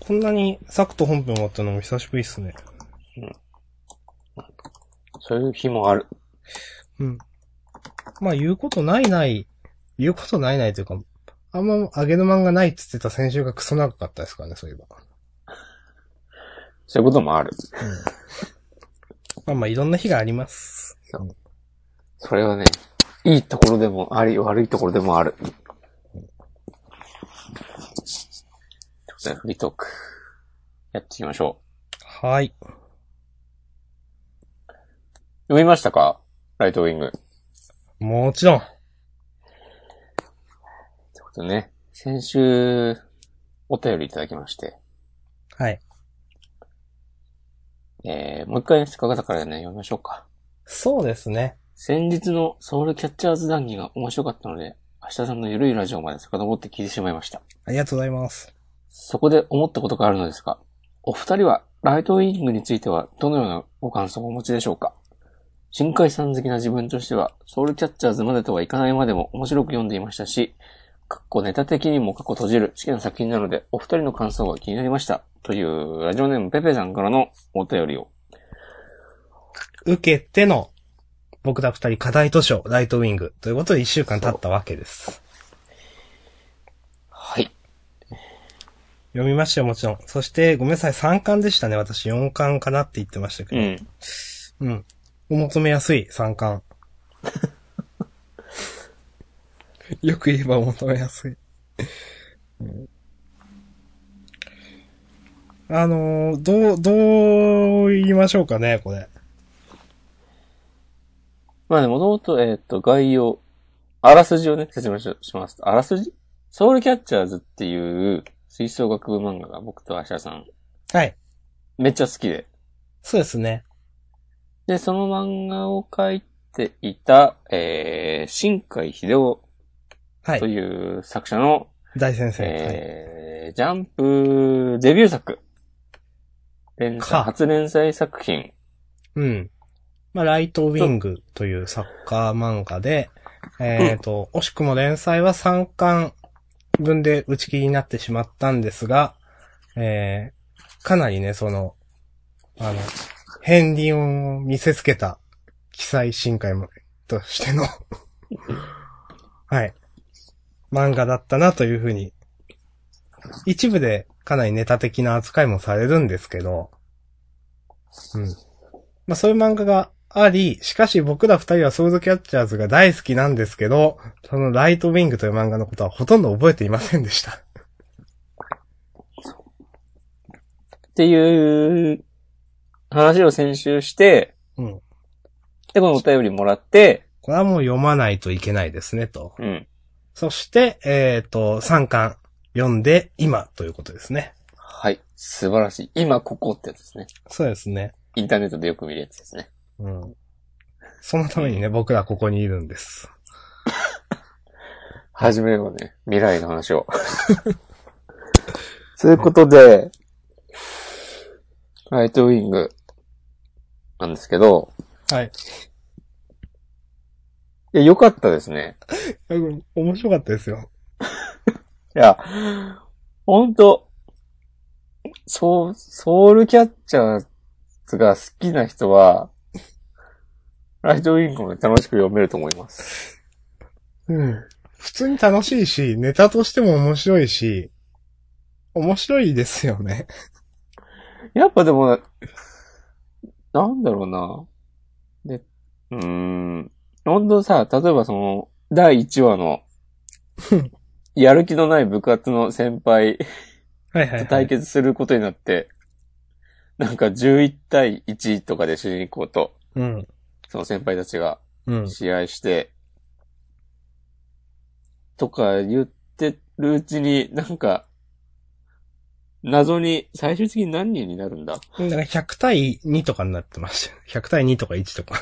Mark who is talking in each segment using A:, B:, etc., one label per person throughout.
A: こんなにサクと本編終わったのも久しぶりっすね。
B: そういう日もある。
A: うん。まあ言うことないない、言うことないないというか、あんま上げの漫画ないって言ってた先週がクソ長かったですからね、そういえば。
B: そういうこともある。
A: まあまあいろんな日があります。
B: それはね、いいところでもあり、悪いところでもある。ということで、フリートーク。やっていきましょ
A: はい。
B: う。読みましたかライトウィング。という
A: もちろん。
B: ことでね、先週、お便りいただきまして、
A: はい。
B: えー、もう一回ねせっかくだからね、読みましょうか。
A: そうですね。
B: 先日のソウルキャッチャーズ談義が面白かったので、明日さんのゆるいラジオまで遡って聞いてしまいました。
A: ありがとうございます。
B: そこで思ったことがあるのですが、お二人はライトウィングについてはどのようなご感想をお持ちでしょうか新海さん好きな自分としては、ソウルキャッチャーズまでとはいかないまでも面白く読んでいましたし、かっこネタ的にもかっこ閉じる好きな作品なので、お二人の感想が気になりました。という、ラジオネームペペさんからのお便りを。
A: 受けての、僕ら二人課題図書、ライトウィング。ということで一週間経ったわけです。
B: はい。
A: 読みましたよ、もちろん。そして、ごめんなさい、3巻でしたね。私4巻かなって言ってましたけ
B: う
A: ど。
B: ん。
A: うん。お求めやすい三冠。 よく言えばお求めやすい。あのーどう、どう言いましょうかね、これ。
B: まあね、もともと、えっ、と、概要、あらすじをね、説明ししますと。あらすじソウルキャッチャーズっていう吹奏楽部漫画が僕とアシャさん、
A: はい。
B: めっちゃ好きで。
A: そうですね。
B: で、その漫画を描いていた、えー、新海秀夫
A: は
B: と
A: い。
B: いう作者の、
A: 大先生。はい
B: えー、ジャンプデビュー作。連載、
A: か
B: 初連載作品。
A: うん。まあ、ライトウィングというサッカー漫画で、えっ、と、惜しくも連載は3巻分で打ち切りになってしまったんですが、えー、かなりね、その、あの、片鱗を見せつけた記載深海もとしての、 はい、漫画だったなというふうに、一部でかなりネタ的な扱いもされるんですけど、うん。まあそういう漫画があり、しかし僕ら二人はソードキャッチャーズが大好きなんですけど、そのライトウィングという漫画のことはほとんど覚えていませんでした。
B: っていう話を先週して、
A: うん。
B: で、このお便りもらって、
A: これはもう読まないといけないですね、と。
B: うん。
A: そして、えっ、と、3巻読んで今ということですね。
B: はい。素晴らしい。今ここってやつですね。
A: そうですね。
B: インターネットでよく見るやつですね。
A: うん。そのためにね、僕らここにいるんです。
B: 始めようね。未来の話 を。そういうことで、ライトウィングなんですけど、
A: はい。
B: いや、良かったですね。
A: 面白かったですよ。
B: いや、ほんと、ソソウルキャッチャーズが好きな人は、ライトウィングも楽しく読めると思います。
A: うん。普通に楽しいし、ネタとしても面白いし、面白いですよね。
B: やっぱでも、なんだろうな。で、うーん。ほんとさ、例えばその、第1話 の、やる気のない部活の先輩
A: はいはい、
B: と対決することになって、なんか11対1とかで主人公と、
A: うん。
B: その先輩たちが
A: うん。
B: 試合して、とか言ってるうちに、なんか、謎に、最終的に何人になるんだ
A: だから100対2とかになってましたよね。100対2とか1とか。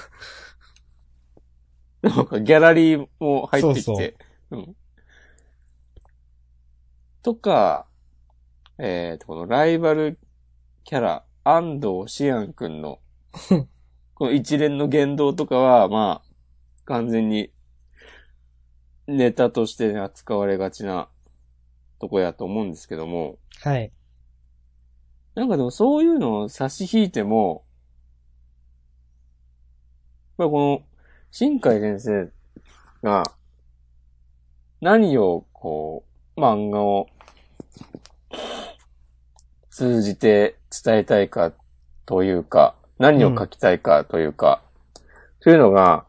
B: なんか ギャラリーも入ってきて。
A: そうそう
B: うん。とか、えっ、と、このライバルキャラ、安藤シアンくん の、この一連の言動とかは、まあ、完全に、ネタとしてね扱われがちなとこやと思うんですけども、
A: はい。
B: なんかでもそういうのを差し引いても、まあこの、新海先生が、何をこう、漫画を通じて伝えたいかというか、何を書きたいかというか、というのが、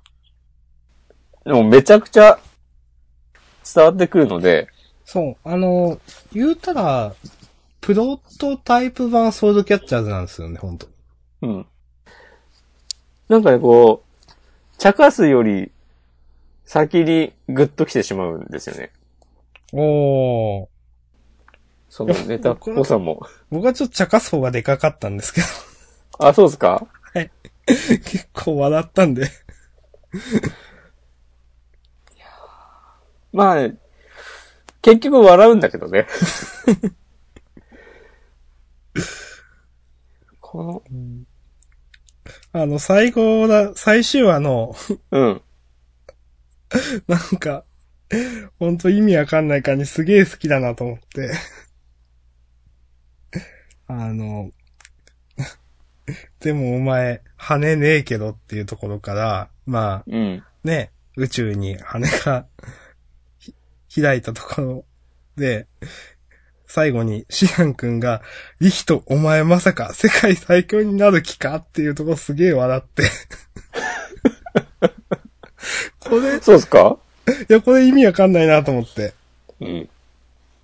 B: でもめちゃくちゃ伝わってくるので、
A: そう。あの、言うたら、プロトタイプ版ソードキャッチャーズなんですよね、本当
B: うん。なんかね、こう、茶化すより先にグッと来てしまうんですよね。
A: おー。
B: そのネタっぽさも。
A: 僕はちょっと茶化す方がでかかったんですけど、
B: あ、そうですか
A: 結構笑ったんで。
B: まあ、結局笑うんだけどね。この、
A: あの、最後だ、最終話の、
B: うん。
A: なんか、ほんと意味わかんない感じすげえ好きだなと思って。 あの、 でもお前、羽ねえけどっていうところから、まあ
B: うん。
A: ね、宇宙に羽がひ開いたところで、最後にシアンくんが、リヒとお前まさか世界最強になる気かっていうところすげえ笑って。 これ、
B: そうですか
A: いや、これ意味わかんないなと思って。
B: うん。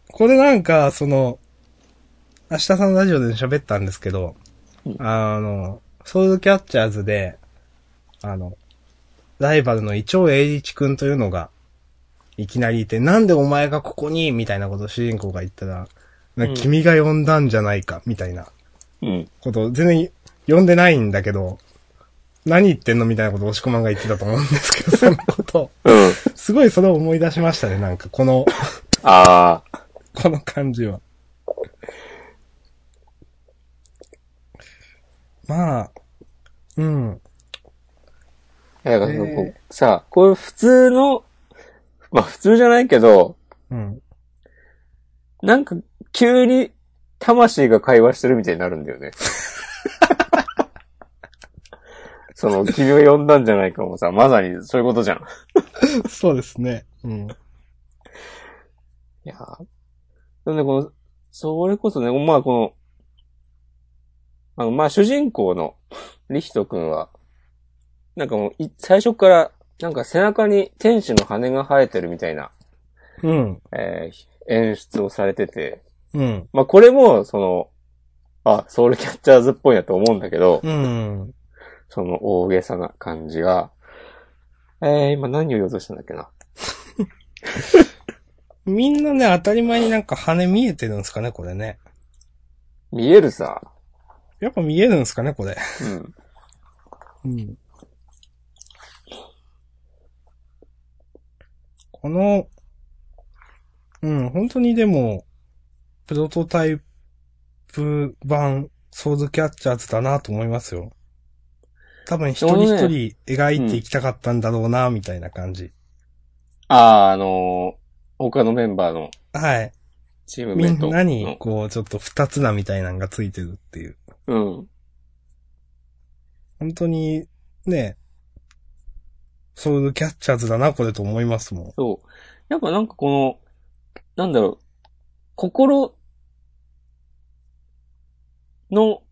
A: これなんか、その、明日さんのラジオで喋ったんですけど
B: うん、
A: あの、ソウルキャッチャーズで、あの、ライバルの伊調栄一くんというのが、いきなりいて、なんでお前がここにみたいなことを主人公が言ったら、なん
B: うん
A: か君が呼んだんじゃないか、みたいな
B: うん。
A: ことを、全然呼んでないんだけど、何言ってんのみたいなことを押し込まんが言ってたと思うんですけど、そのことを。
B: うん。
A: すごいそれを思い出しましたね、なんか、この、
B: ああ。
A: この感じは。まあ、うん。
B: いやだから
A: えー
B: こうさ、こういう普通の、まあ普通じゃないけど、
A: うん。
B: なんか急に魂が会話してるみたいになるんだ よね。その、君を呼んだんじゃないかもさ、まさにそういうことじゃん。い
A: そうですね。うん。
B: やーなんでこの、それこそね、まあこの、あのまあ主人公のリヒト君は、なんかもうい、最初から、なんか背中に天使の羽が生えてるみたいな、
A: うん。
B: えー演出をされてて、
A: うん。
B: まあこれも、その、あ、ソウルキャッチャーズっぽいなと思うんだけど、
A: うん。
B: その大げさな感じが、えー、今何を言おうとしたんだっけな。
A: みんなね、当たり前になんか羽見えてるんですかね、これね。
B: 見えるさ。
A: やっぱ見えるんですかね、これ。
B: うん。
A: うん。この、うん、本当にでも、プロトタイプ版ソードキャッチャーズだなと思いますよ。多分一人
B: でも
A: 一人描いていきたかったんだろうな、みたいな感じ。
B: あー、あのー他のメンバーの
A: はい。
B: チーム
A: み
B: メイ
A: ん
B: ト
A: なに
B: の、。
A: こう、ちょっと二つなみたいなのがついてるっていう。
B: うん。
A: 本当に、ね、ソードキャッチャーズだな、これと思いますもん。
B: そう。やっぱなんかこの、なんだろう、心の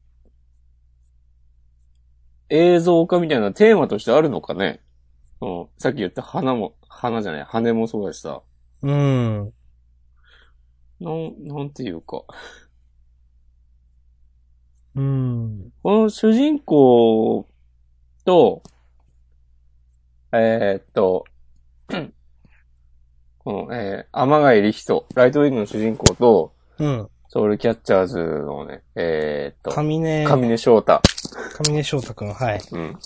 B: 映像化みたいなテーマとしてあるのかね。うん。さっき言った花も、花じゃない、羽もそうだしさ。
A: うん。
B: なん、なんていうか。
A: うん。
B: この主人公と、えーっと、 この、えー、天海理人、ライトウィングの主人公と、
A: うん。
B: ソウルキャッチャーズのね、えーっと、
A: 神根、
B: 上
A: 神
B: 根翔太。
A: 根翔太くん、はい。
B: うん。も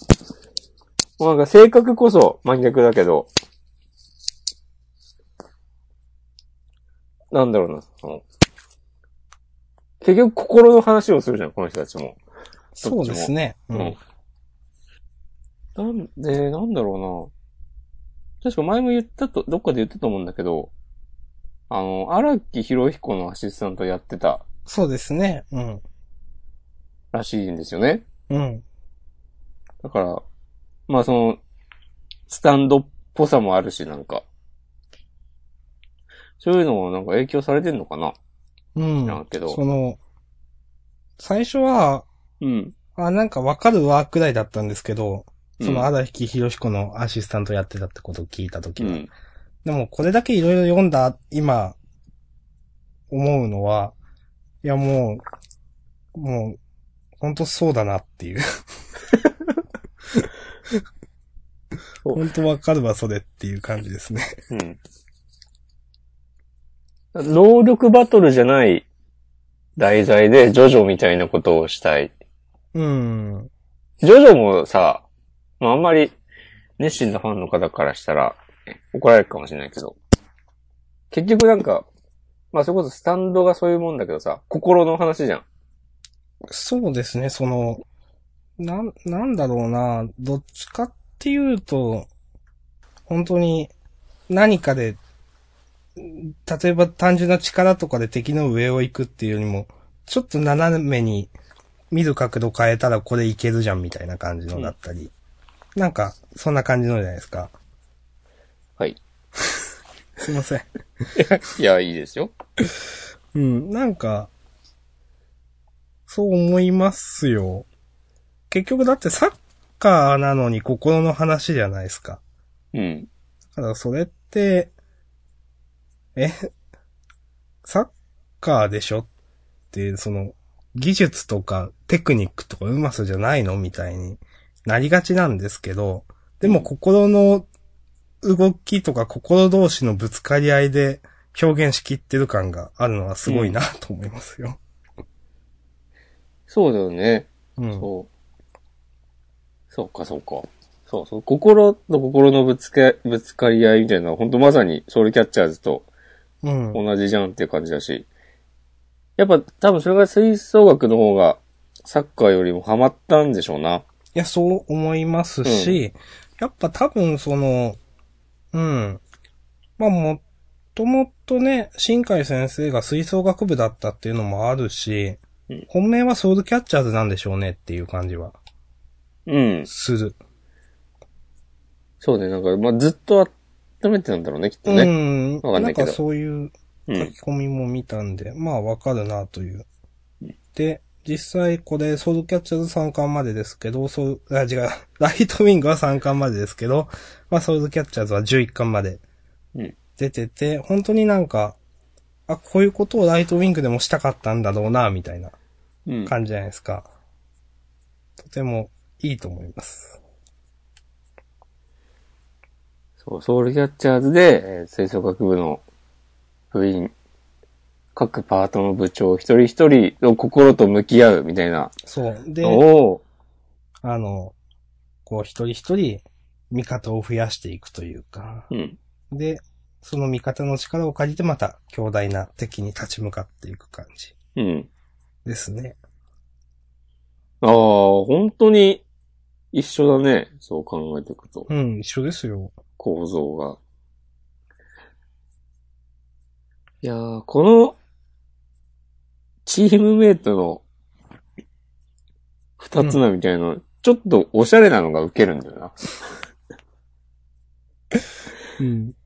B: うなんか性格こそ真逆だけど、なんだろうな、その、結局心の話をするじゃん、この人たちも。
A: そうですね。う
B: うん
A: ん。。
B: なんで、なんだろうな。確か前も言ったと、どっかで言ったと思うんだけど、あの、荒木博彦のアシスタントやってた、
A: そうですね。うん。
B: らしいんですよね。
A: うん。
B: だから、まあその、スタンドっぽさもあるし、なんか。そういうのもなんか影響されてんのかな
A: うん。
B: なんけど
A: その、最初は、
B: うん。
A: あ、なんかわかるわ、くらいだったんですけど、その
B: あ
A: 荒木博彦のアシスタントやってたってことを聞いたとき
B: う
A: は。
B: ん。
A: でも、これだけいろいろ読んだ、今、思うのは、いや、もう、もう、本当そうだなっていう。
B: そう
A: 本当わかるわ、それっていう感じですね。
B: うん。能力バトルじゃない題材でジョジョみたいなことをしたい。
A: うん。
B: ジョジョもさ、まああんまり熱心なファンの方からしたら怒られるかもしれないけど、結局なんか、まあそれこそスタンドがそういうもんだけどさ、心の話じゃん。
A: そうですね、その、なん、なんだろうな、どっちかっていうと、本当に何かで、例えば単純な力とかで敵の上を行くっていうよりも、ちょっと斜めに見る角度変えたらこれいけるじゃんみたいな感じのだったり、なんか、そんな感じのじゃないですか。
B: はい。
A: すいません。
B: いや、いいですよ。
A: うん、なんか、そう思いますよ。結局だってサッカーなのに心の話じゃないですか。
B: うん。
A: だからそれって、え、サッカーでしょって、その、技術とかテクニックとかうまさじゃないのみたいになりがちなんですけど、でも心の動きとか心同士のぶつかり合いで表現しきってる感があるのはすごいなと思いますよ。
B: そうだよね。
A: うん。
B: そう。そうか、そうか。そうそう。心と心のぶつけ、ぶつかり合いみたいな、本当まさにソウルキャッチャーズと
A: うん。
B: 同じじゃんっていう感じだし。やっぱ多分それが吹奏楽の方がサッカーよりもハマったんでしょうな。
A: いや、そう思いますし、やっぱ多分その、うん。まあ、もっともっとね、新海先生が吹奏楽部だったっていうのもあるし、
B: うん
A: 本命はソウルキャッチャーズなんでしょうねっていう感じは
B: うん。
A: する。
B: そうね。なんか、まあ、ずっと温めてたんだろうね、きっとね。
A: うん。
B: わかんないけど
A: かそういう
B: う
A: 書
B: ん。
A: き込みも見たんで、まあわかるなという。で、実際これソウルキャッチャーズ3巻までですけど、ソウル、あ、違う、 ライトウィングは3巻までですけど、まあソウルキャッチャーズは11巻まで
B: うん
A: 出てて、本当になんか、あ、こういうことをライトウィングでもしたかったんだろうな、みたいな
B: うん。
A: 感じじゃないですか。とてもいいと思います。
B: そう、ソウルキャッチャーズで、えー吹奏楽部の部員、各パートの部長一人一人の心と向き合うみたいな
A: そう。で、
B: のを、
A: あの、こう一人一人味方を増やしていくというか、
B: うん。
A: で、その味方の力を借りてまた強大な敵に立ち向かっていく感じ
B: うん。
A: ですね。
B: ああ、本当に一緒だね。そう考えていくと。
A: うん、一緒ですよ。
B: 構造が。いやー、この、チームメイトの、二つなみたいな、ちょっとおしゃれなのがウケるんだよな。
A: うん。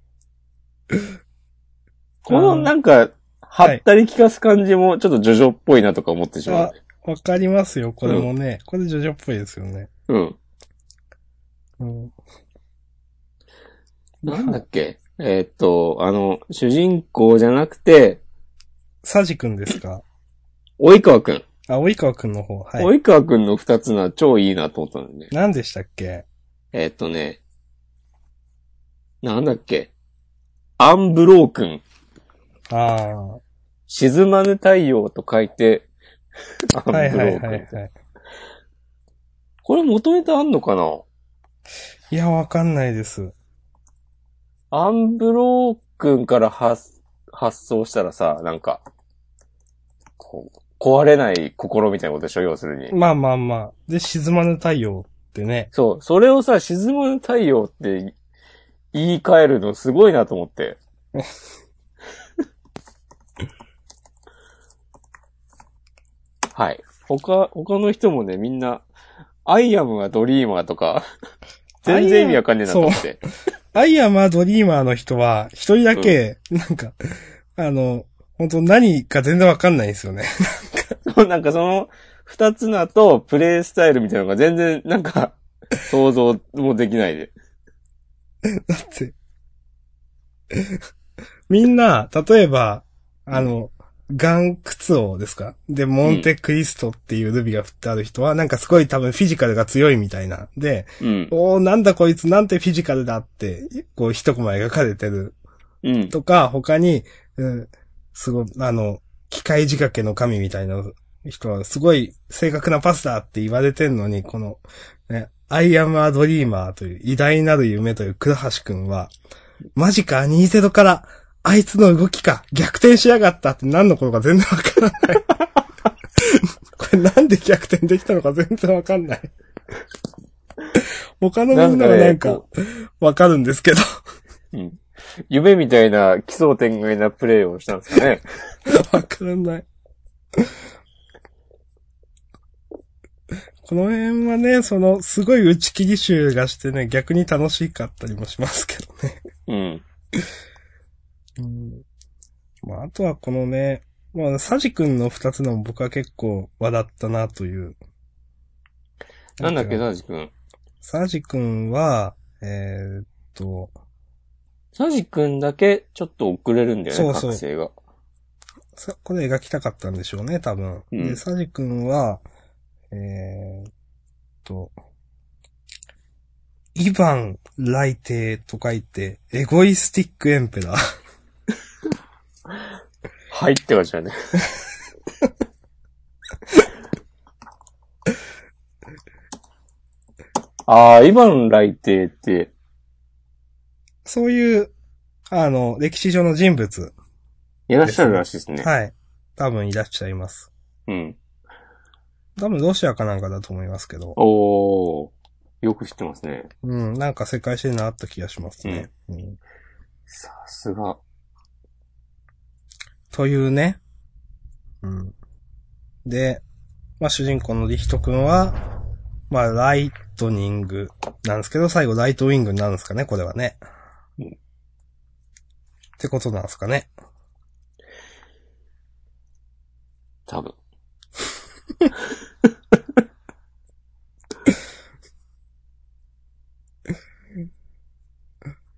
B: このなんか、はったり効かす感じも、ちょっとジョジョっぽいなとか思ってしまう、ね
A: わかりますよ、これもね。これジョジョっぽいですよね。
B: うん。
A: うん。
B: なんだっけえーっと、あの、主人公じゃなくて、
A: サジ君ですか
B: 及川くん。
A: あ、及川君の方。はい。
B: 及川くんの二つな超いいなと思ったんだよね。
A: 何でしたっけ
B: えーっとね、なんだっけアンブロー君。
A: ああ。
B: 沈まぬ太陽と書いて、アンブロ
A: はいはい
B: ー
A: は
B: 君。
A: い、はい。
B: これ元ネタあんのかない
A: や、わかんないです。
B: アンブロー君から発、発想したらさ、なんか、こう、壊れない心みたいなことでしょ要するに。
A: まあまあまあ。で、沈まぬ太陽ってね。
B: そう、それをさ、沈まぬ太陽って言い換えるのすごいなと思って。はい。他、他の人もね、みんな、アイアムはドリーマーとか、全然意味わかんねえなと思って。
A: アイアマドリーマーの人は、一人だけ、なんか、あの、本当何か全然わかんないんですよね。
B: そう なんかその、二つの後、プレイスタイルみたいなのが全然、な んか、想像もできないで。
A: だって。みんな、例えば、あの、ガンクツオですかで、モンテクリストっていうルビが振ってある人は、なんかすごい多分フィジカルが強いみたいな。で、
B: うん。
A: おーなんだこいつなんてフィジカルだって、こう一コマ描かれてる。
B: うん。
A: とか、他に、うん、すごい、あの、機械仕掛けの神みたいな人は、すごい正確なパスだって言われてんのに、この、ね、アイアムアドリーマーという偉大なる夢という倉橋くんは、マジか、20から、あいつの動きか、逆転しやがったって何のことか全然わからない。 これなんで逆転できたのか全然わかんない。他のみんなはなん
B: なん
A: か
B: か、
A: わかるんですけど。
B: うん。夢みたいな奇想天外なプレイをしたんですかね。
A: わからない。この辺はね、その、すごい打ち切り集がしてね、逆に楽しかったりもしますけどね。
B: うん。
A: まあ、あとはこのね、まあ、サジ君の二つのも僕は結構笑ったなという。
B: なんだっけ、
A: なていうの
B: サジ君。
A: サジ君は、えーっと、
B: サジ君だけちょっと遅れるんだよね、
A: そうそう
B: 覚醒が。
A: さこれ描きたかったんでしょうね、多分。
B: うん
A: で、サジ君は、えー、っと、イヴァン・ライテーと書いて、エゴイスティック・エンペラー。
B: はいって感じ だね。ああ、今の来帝って、
A: そういう、あの、歴史上の人物。
B: いらっしゃるらしいですね。
A: はい。多分いらっしゃいます。
B: うん。
A: 多分ロシアかなんかだと思いますけど。
B: おー、よく知ってますね。
A: うん、なんか世界史になった気がしますね。うん
B: さすが。
A: というね。うん。で、まあ主人公のリヒト君は、まあライトニングなんですけど、最後ライトウィングになるんですかね、これはね。
B: うん
A: ってことなんですかね。
B: 多 分。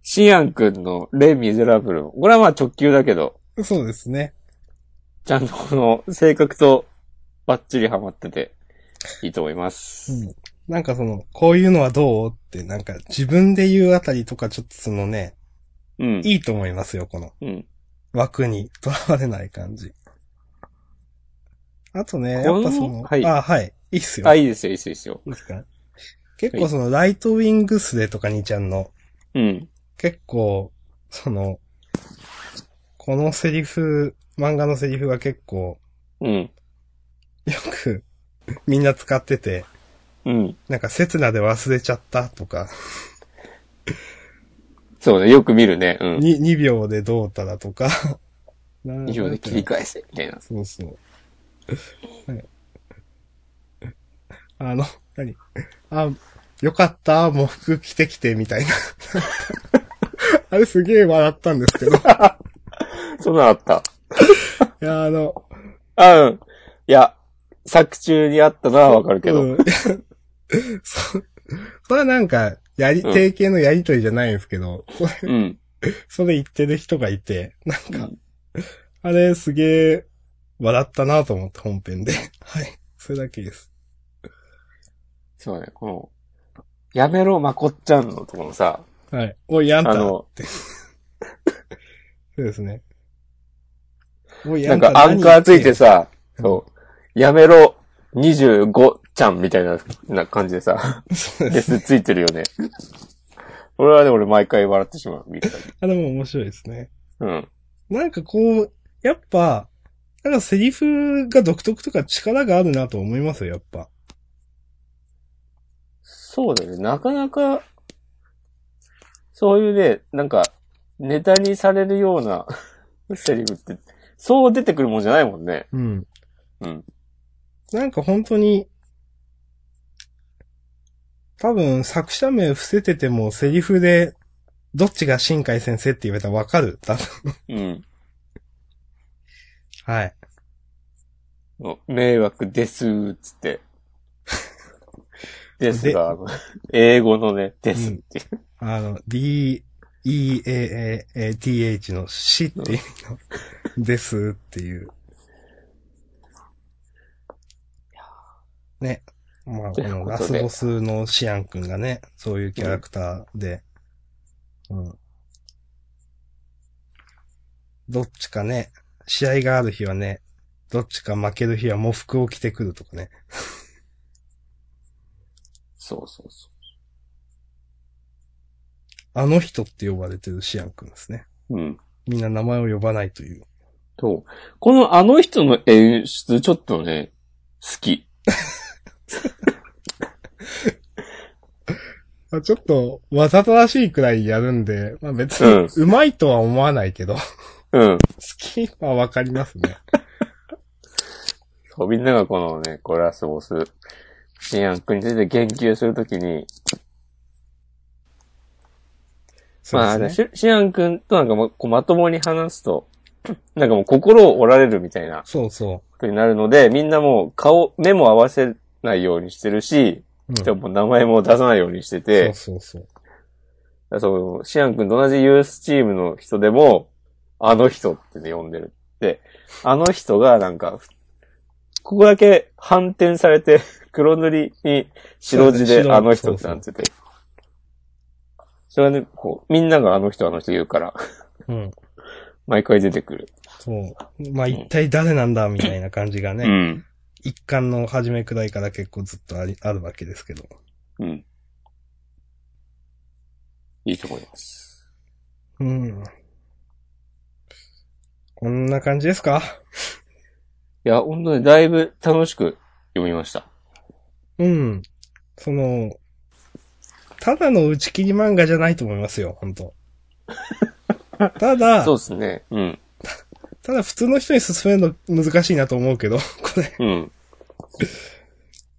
B: シアン君のレ・ミゼラブルも。これはまあ直球だけど、
A: そうですね。
B: ちゃんとこの性格とバッチリハマってていいと思います。
A: うんなんかその、こういうのはどうって、なんか自分で言うあたりとかちょっとそのね、
B: うん。
A: いいと思いますよ、この
B: うん。
A: 枠にとらわれない感じ。あとね、や
B: この
A: っぱその、
B: はい
A: あ、はい。いいっすよ。
B: あ、いいですよ、いいですよ、いいですよ。
A: いいですか結構その、ライトウィングスレとかにちゃんの、
B: うん。
A: 結構、その、このセリフ、漫画のセリフが結構、
B: うん。
A: よく、みんな使ってて、
B: うん。
A: なんか、刹那で忘れちゃったとか、
B: そうね、よく見るね。うん。
A: に 2, 秒でどうたらとか、なん
B: 以上で切り返せ、みたいな。
A: そうそう。はいあの、何あ、よかった、喪服着てきて、みたいな。 あれすげえ笑ったんですけど。い
B: そんなのあった。
A: や、あの、
B: あ、うん。いや、作中にあったのはわかるけど。
A: うん、 そ、それはなんか、やり、
B: うん
A: 定型のやりとりじゃないんですけど、それ、
B: うん。
A: それ言ってる人がいて、なんか
B: うん、
A: あれすげえ、笑ったなと思って、本編で。はい。それだけです。
B: そうね、この、やめろ、まこっちゃんのところさ、
A: はい。おい、あ
B: あ
A: んた。そ
B: の、
A: うですね。おい
B: なんかアンカーついて。さ、そう、やめろ、25ちゃんみたいな、な感じで さ、
A: あんた何言ってそうで
B: レ
A: す。
B: スついてるよね。俺はね、俺毎回笑ってしまう、見るたび
A: あ、でも面白いですね。
B: うん。
A: なんかこう、やっぱ、なんかセリフが独特とか力があるなと思いますよ、やっぱ。
B: そうだね、なかなか、そういうね、なんか、ネタにされるような セリフって、そう出てくるもんじゃないもんね。
A: うん。
B: うん。
A: なんか本当に、多分作者名伏せててもセリフで、どっちが新海先生って言われたらわかる。多分
B: うん。
A: はい。
B: もう迷惑ですーっつ って。ですが、英語のね、ですって。
A: あの、D, E, A, A, A, T, H の死っていうの、ですっていう。ね。まあ、
B: と
A: こ
B: いうことで
A: のラスボスのシアン君がね、そういうキャラクターで、うん。どっちかね、試合がある日はね、どっちか負ける日は喪服を着てくるとかね。
B: そうそうそ
A: あの人って呼ばれてるシアン君ですね。
B: う。うん。
A: みんな名前を呼ばないという。
B: と、このあの人の演出、ちょっとね、好き。
A: まあちょっと、わざとらしいくらいやるんで、まあ別
B: う
A: に、
B: ん。
A: うまいとは思わないけど、好
B: うん。
A: きはわかりますね。
B: そう、みんながこのね、これラスボス、シアン君について言及するときに、
A: そう
B: まああ
A: で
B: れ、
A: すね。
B: シシアン君となんかもうこうまともに話すと、 なんかもう心を折られるみたいな
A: そうそ
B: ことになるので、みんなもう顔、目も合わせないようにしてるし、
A: う。うん、
B: でも名前も出さないようにしてて、
A: そうそうそう。
B: そう、シアン君と同じユースチームの人でも、あの人って、ね、呼んでるって、あの人がなんか、ここだけ反転されて、 黒塗りに白地
A: そう
B: で
A: ね白
B: あの人ってなってて。それはね、こう、みんながあの人あの人言うから、
A: うん。
B: 毎回出てくる。
A: そう。まあ一体誰なんだみたいな感じがね、
B: うん。
A: 一巻の初めくらいから結構ずっとありあるわけですけど。
B: うん。いいと思います。
A: うん。こんな感じですか
B: いや、本当にだいぶ楽しく読みました。
A: うん。その、ただの打ち切り漫画じゃないと思いますよ、本 当ただ、
B: そうですね。うん。
A: ただ普通の人に勧めるの難しいなと思うけど、これ。
B: うん。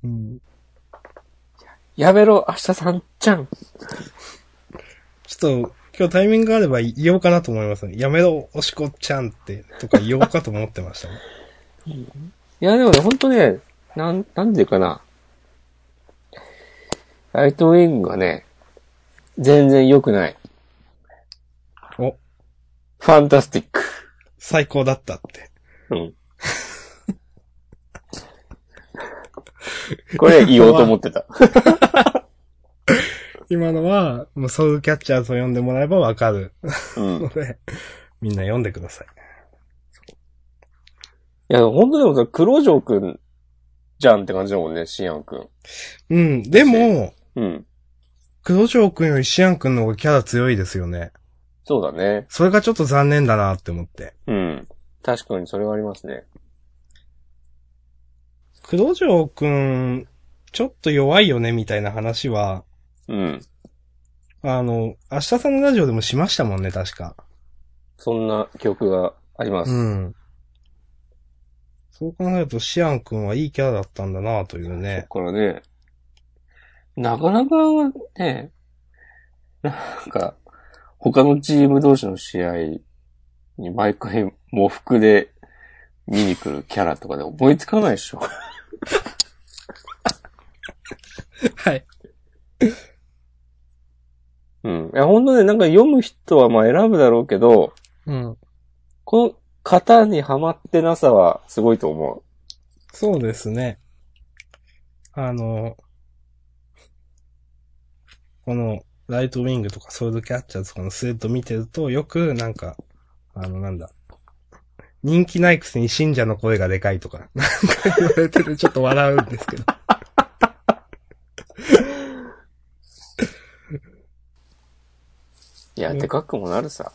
A: うん
B: やめろ、明日さんちゃん。
A: ちょっと、今日タイミングがあれば言おうかなと思いますね。やめろ、おしこちゃんって、とか言おうかと思ってましたね。
B: いや、でもね、ほんとね、なん、なんでかな。ライトウィングはね、全然良くない。
A: お、
B: ファンタスティック。
A: 最高だったって。
B: うん。これ言おうと思ってた。
A: 今のは、もうソウルキャッチャーズを読んでもらえばわかる
B: うん。い
A: ので、みんな読んでください。
B: や、ほんとでもさ、黒城くんじゃんって感じだもんね、シアンくん。
A: うん、でも、
B: うん。
A: 黒城くんよりシアンくんの方がキャラ強いですよね。
B: そうだね。
A: それがちょっと残念だなって思って。
B: うん。確かにそれはありますね。
A: 黒城くん、ちょっと弱いよね、みたいな話は、
B: うん。
A: あの、明日さんのラジオでもしましたもんね、確か。
B: そんな記憶があります。
A: うん。そう考えると、シアン君はいいキャラだったんだなという
B: だ
A: ね。
B: からね、なかなかね、なんか、他のチーム同士の試合に毎回喪服で見に来るキャラとかで思いつかないでしょ。
A: はい。
B: うん。いや、ほんとね、なんか読む人はまあ選ぶだろうけど、
A: うん。
B: この型にはまってなさはすごいと思
A: そうですね。あの、この、ライトウィングとかソウルキャッチャーとかのスレッド見てると、よく、なんか、あの、なんだ。人気ないくせに信者の声がでかいとか、 なんか言われてるちょっと笑うんです けど。
B: う。いや、
A: うん
B: でかくもなるさ。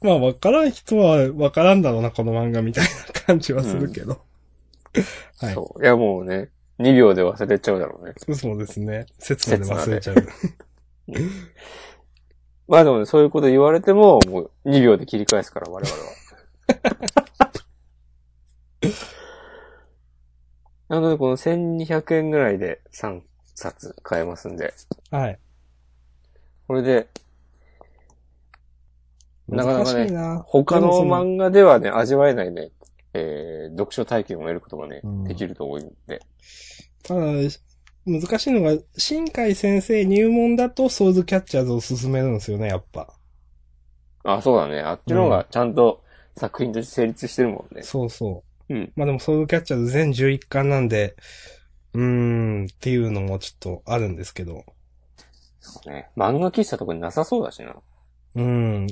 A: まあ、わからん人はわからんだろうな、この漫画みたいな感じはするけど。はい。
B: そう。いや、もうね、2秒で忘れちゃうだろうね。
A: そうですね。説まで忘れちゃう。
B: まあでもね、そういうこと言われても、もう2秒で切り返すから、我々は。なので、この1200円ぐらいで3冊買えますんで、
A: はい。
B: これで、なかな
A: 難
B: か
A: し
B: ね
A: いな。
B: 他の
A: でもその
B: 漫画ではね、味わえないね、えー、読書体験を得ることがね、
A: うん
B: できると思うんで。
A: ただ、難しいのが、新海先生入門だとソーズキャッチャーズを勧めるんですよね、やっぱ。
B: あ、そうだね。あっちの方がちゃんと作品として成立してるもんね。
A: そうそう。
B: うん
A: まあでもソーズキャッチャーズ全11巻なんで、うーん、っていうのもちょっとあるんですけど。
B: ね漫画喫茶とかになさそうだしな。
A: うん。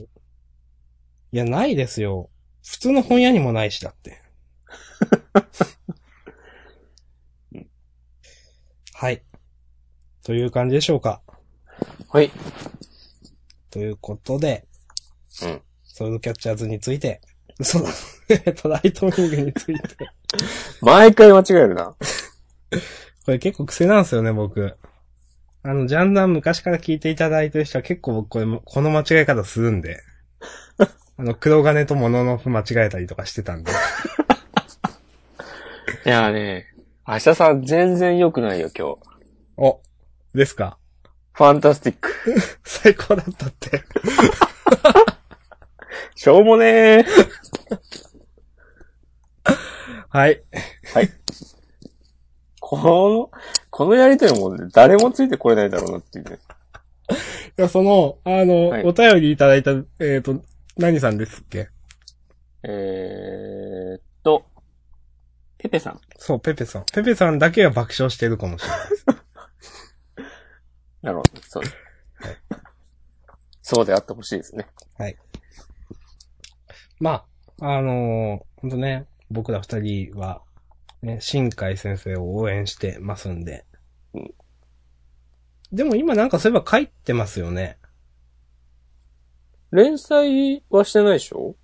A: いや、ないですよ。普通の本屋にもないし、だって。 はい。という感じでしょうか。
B: はい。
A: ということで、
B: うん。
A: ソードキャッチャーズについて、そうだ、 えっと、ライトウィングについて。
B: 毎回間違えるな。
A: これ結構癖なんですよね、僕。あの、ジャンダン昔から聞いていただいてる人は結構僕これ、この間違え方するん で。あの、黒金とモノノフ間違えたりとかしてたんで。
B: いやーね、明日さん全然良くないよ、今日。
A: お、ですか
B: ファンタスティック。
A: 最高だったって。
B: しょうもねー。
A: はい。
B: この、このやりとりもね誰もついてこれないだろうなっていうね。
A: いや、その、あの、
B: はい
A: お便りいただいた、えっ、と、何さんですっけ
B: えーっと、ペペさん。
A: そう、ペペさん。ペペさんだけが爆笑してるかもしれないです。
B: なるほど。そうです。そうであってほしいですね。
A: まあ、あのー、ほんとね、僕ら二人は、ね、新海先生を応援してますんで。
B: うん
A: でも今なんかそういえば書いてますよね。
B: 連載はしてないでしょ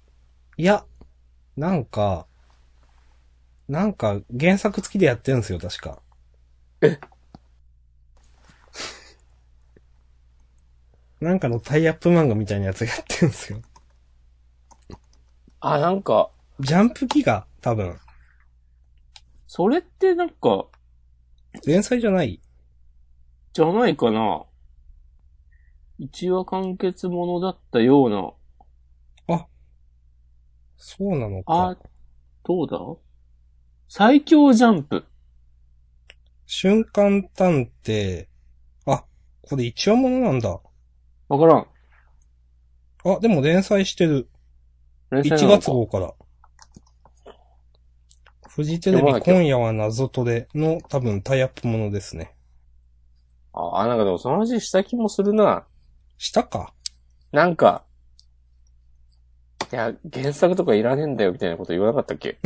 A: いや、なんか、なんか原作付きでやってるんですよ、確か。え なんかのタイアップ漫画みたいなやつやってるんですよ。
B: あ、なんか、
A: ジャンプ機が多分、
B: それってなんか、
A: 連載じゃない
B: じゃないかな。一話完結ものだったような。
A: そうなの
B: あ
A: か。、
B: どうだ最強ジャンプ。
A: 瞬間探偵。あ、これ一話ものなんだ。
B: わからん。
A: あ、でも連載してる。
B: 連載
A: 1
B: なの
A: 月
B: か
A: 号から。フジテレビ今夜は謎トレの多分タイアップものですね。
B: あ、なんかでもその話した気もするな。
A: した か
B: なんか、いや、原作とかいらねえんだよみたいなこと言わなかったっけ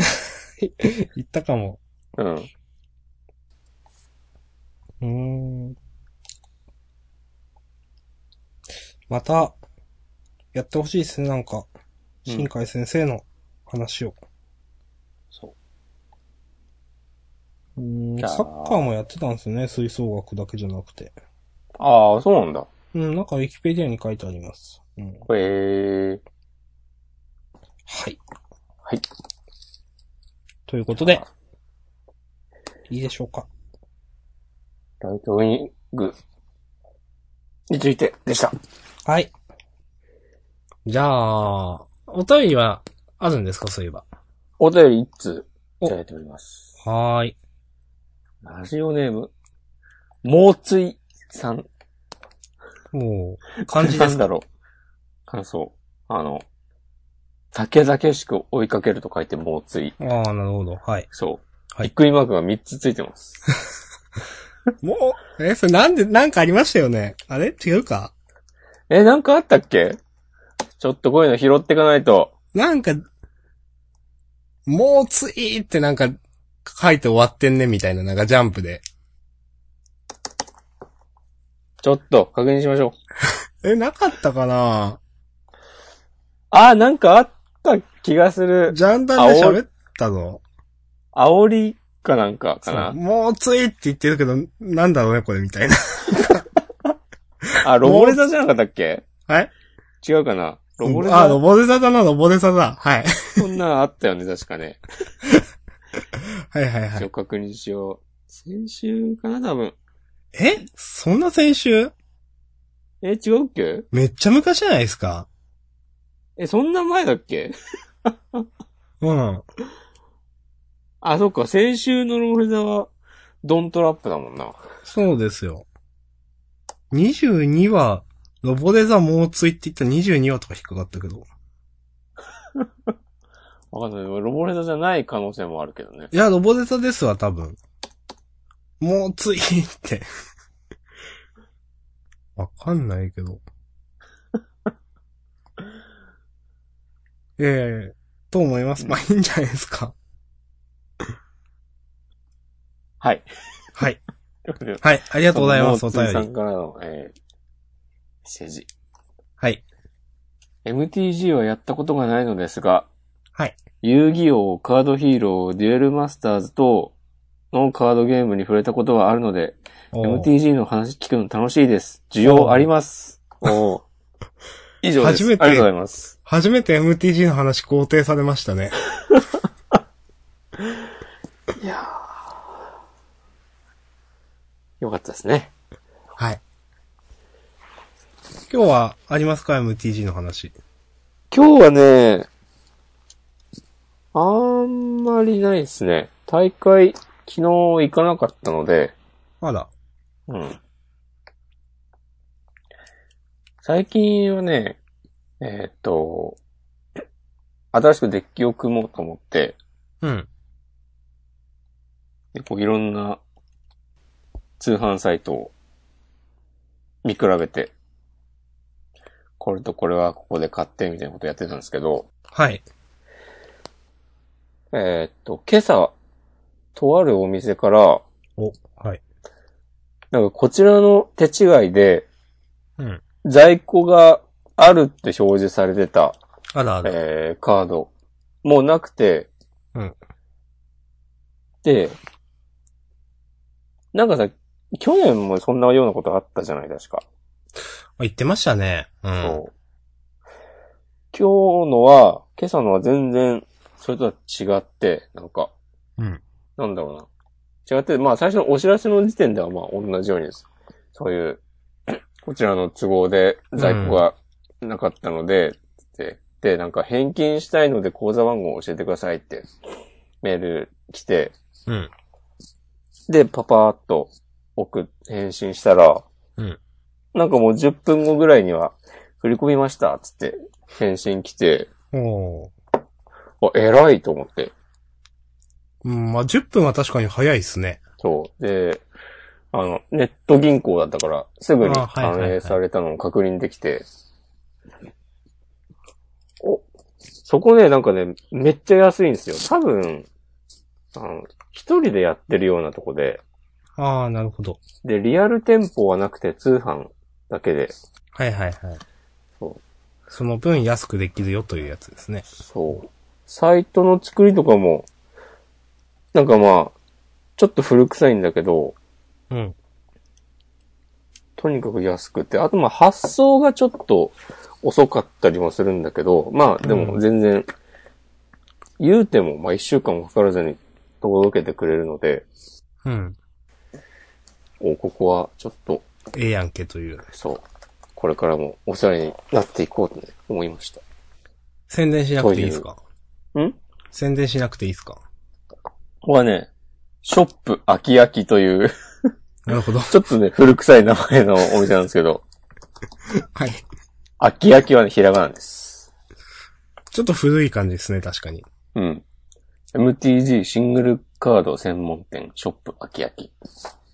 A: 言ったかも。
B: うん。
A: うーん。また、やってほしいですね、なんか。
B: うん
A: 新海先生の話を。
B: そう
A: ーん
B: じゃあ
A: サッカーもやってたんですね、吹奏楽だけじゃなくて。
B: う。ああ、そうなんだ。
A: うん、なんかウィキペディアに書いてあります。うん。
B: へえ。
A: はい。
B: はい。
A: ということで、いいでしょうか。
B: ライトウィングについてでした。
A: はい。じゃあ、お便りはあるんですか、そういえば。
B: お便り一通
A: お
B: いただいております。
A: はーい。
B: ラジオネーム、猛追さん。
A: もう、漢字で
B: な
A: す
B: ん
A: か。
B: だろう。感想。あの、酒々しく追いかけると書いて猛追。
A: ああ、なるほど。はい。
B: そう。
A: は
B: はいい。びっくりマークが3つついてます。
A: もう、え、それなんで、なんかありましたよね。あれ違うか
B: え、なんかあったっけちょっとこういうの拾っていかないと。
A: なんか、もうついってなんか、書いて終わってんね、みたいな、なんかジャンプで。
B: ちょっと確認しましょう。
A: え、なかったかな
B: あー、なんかあった気がする。
A: ジャンダンで喋ったぞ。
B: 煽りかなんかか
A: そう
B: な。
A: もうついって言ってるけど、なんだろうね、これ、みたいな。
B: あ、ロボレザじゃなかったっけ
A: はい
B: 違うかなロボレ
A: あ、ロ
B: ザ。
A: ボデザだな、ロボデザだ。はい。
B: そんなのあったよね、確かね。
A: はいはいは
B: 一
A: い
B: 応。確認しよう。先週かな、多分。
A: えそんな先週
B: え、違うっけ
A: めっちゃ昔じゃないですか
B: え、そんな前だっけ
A: うん。
B: あ、そっか、先週のロールザは、ドントラップだもんな。
A: そうですよ。22は、ロボデザ猛追って言ったら22話とか引っかかったけど。
B: わかんない。ロボレザじゃない可能性もあるけど ね。
A: いや、ロボデザですわ、多分。猛追って。 わかんないけど。 ええと思います。まあ、いいんじゃないですか。
B: はい。
A: はい。
B: あり
A: はい、ありがとうございます、お便
B: さ
A: り。
B: んからの、えー、メッセージ。
A: はい。
B: MTG はやったことがないのですが、
A: はい。
B: 遊戯王、カードヒーロー、デュエルマスターズ等のカードゲームに触れたことはあるので、
A: おー
B: MTG の話聞くの楽しいです。需要あります。 おー以上です。
A: 初めて
B: ありがとうございます。
A: 初めて MTG の話肯定されましたね。
B: いやよかったですね。
A: はい。今日はありますか ?MTG の話。
B: 今日はね、あんまりないですね。大会、昨日行かなかったので、
A: あら。
B: うん。最近はね、えーっと、新しくデッキを組もうと思って、
A: うん。
B: 結構いろんな通販サイトを見比べて、これとこれはここで買ってみたいなことやってたんですけど、
A: はい。
B: えーっと、今朝、とあるお店から、
A: お、はい。
B: なんかこちらの手違いで、
A: うん。
B: 在庫があるって表示されてた、
A: あらあら。
B: えー、カード、もうなくて、
A: うん
B: で、なんかさ、去年もそんなようなことあったじゃない、確か。
A: あ言ってましたね。うん。
B: そう。今日のは、今朝のは全然、それとは違って、なんか、
A: うん。
B: なんだろうな。違って、まあ最初のお知らせの時点ではまあ同じようにです。そういう、 こちらの都合で在庫がなかったので、ってで、なんか返金したいので口座番号を教えてくださいってメール来て、
A: うん。
B: で、パパーっと送、返信したら、
A: うん
B: なんかもう10分後ぐらいには、振り込みました、つって、返信来て、
A: おー
B: あ、偉いと思って。
A: うん、まあ、10分は確かに早いですね。
B: そう。で、あの、ネット銀行だったから、すぐに
A: あはいはいはい
B: 反映されたのを確認できて、お、そこね、なんかね、めっちゃ安いんですよ。多分、あの、一人でやってるようなとこで、
A: ああ、なるほど。
B: で、リアル店舗はなくて通販だけで、
A: はいはいはい。
B: そう
A: その分安くできるよというやつですね。
B: そう。サイトの作りとかも、なんかまあ、ちょっと古臭いんだけど、
A: うん。
B: とにかく安くて、あとまあ発送がちょっと遅かったりもするんだけど、まあで
A: う
B: も
A: ん
B: 全然、言うてもまあ一週間もかからずに届けてくれるので、
A: うん。
B: お、ここはちょっと、
A: ええやんけという。
B: そう、これからもお世話になっていこうとね、思いました。
A: 宣伝しなくていいですか
B: うん
A: 宣伝しなくていいですか
B: ここはね、ショップ秋秋という、
A: なるほど。
B: ちょっとね、古臭い名前のお店なんですけど、
A: はい。
B: 秋秋はね、ひらがなです。
A: ちょっと古い感じですね、確かに。
B: うん。MTG シングルカード専門店、ショップ、秋秋。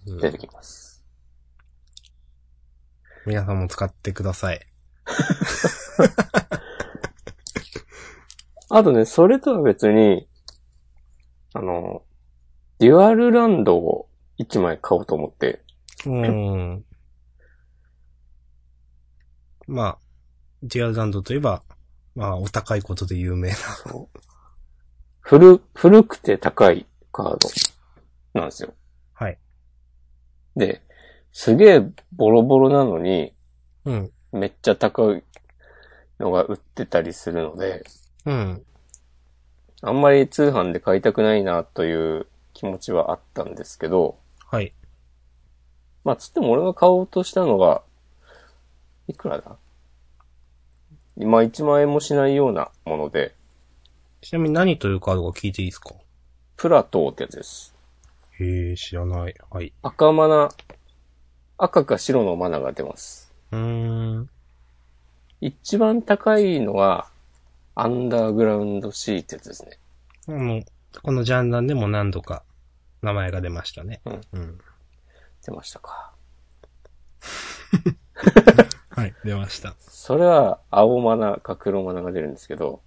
A: うん
B: 出てきます。
A: 皆さんも使ってください。
B: あとね、それとは別に、あの、デュアルランドを1枚買おうと思って、
A: うーん。まあ、ジアルランドといえば、まあ、お高いことで有名な。
B: 古、古くて高いカードなんですよ。
A: はい。
B: で、すげえボロボロなのに、
A: うん。
B: めっちゃ高いのが売ってたりするので、
A: うん。
B: あんまり通販で買いたくないなという気持ちはあったんですけど、
A: はい。
B: まあ、つっても俺が買おうとしたのが、いくらだ今1万円もしないようなもので、
A: ちなみに何というカードか聞いていいですか
B: プラトーってやつです。
A: へえ、知らない。はい。
B: 赤マナ、赤か白のマナが出ます。
A: うーん。
B: 一番高いのは、アンダーグラウンド C ってやつですね。
A: もう、このジャンダンでも何度か名前が出ましたね。
B: うん
A: うん。
B: 出ましたか。
A: はい、出ました。
B: それは、青マナか黒マナが出るんですけど、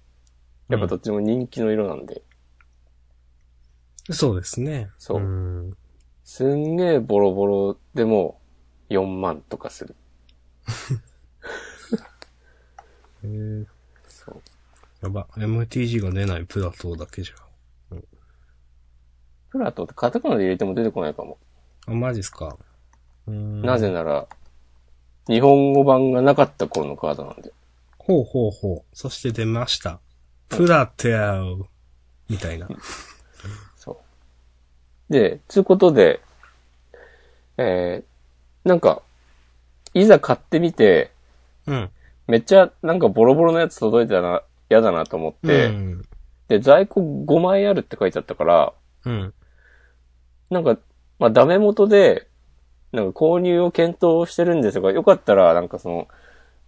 B: やっぱどっちも人気の色なんで、
A: そうですね。
B: そう
A: うん。
B: すんげえボロボロでも4万とかする。
A: へー
B: そう。
A: やば。MTG が出ないプラトーだけじゃ
B: プラトってカタカナで入れても出てこないかも。
A: ん。あ、マジっすか。うーん
B: なぜなら、日本語版がなかった頃のカードなんで。
A: ほうほうほう。そして出ました。プラテアウ。みたいな。
B: そう。で、つうことで、えー、なんか、いざ買ってみて、
A: うん。
B: めっちゃなんかボロボロのやつ届いたな、嫌だなと思って、
A: うん。
B: で、在庫5枚あるって書いてあったから、
A: うん。
B: なんか、まあ、ダメ元で、なんか購入を検討してるんですが、よかったら、なんかその、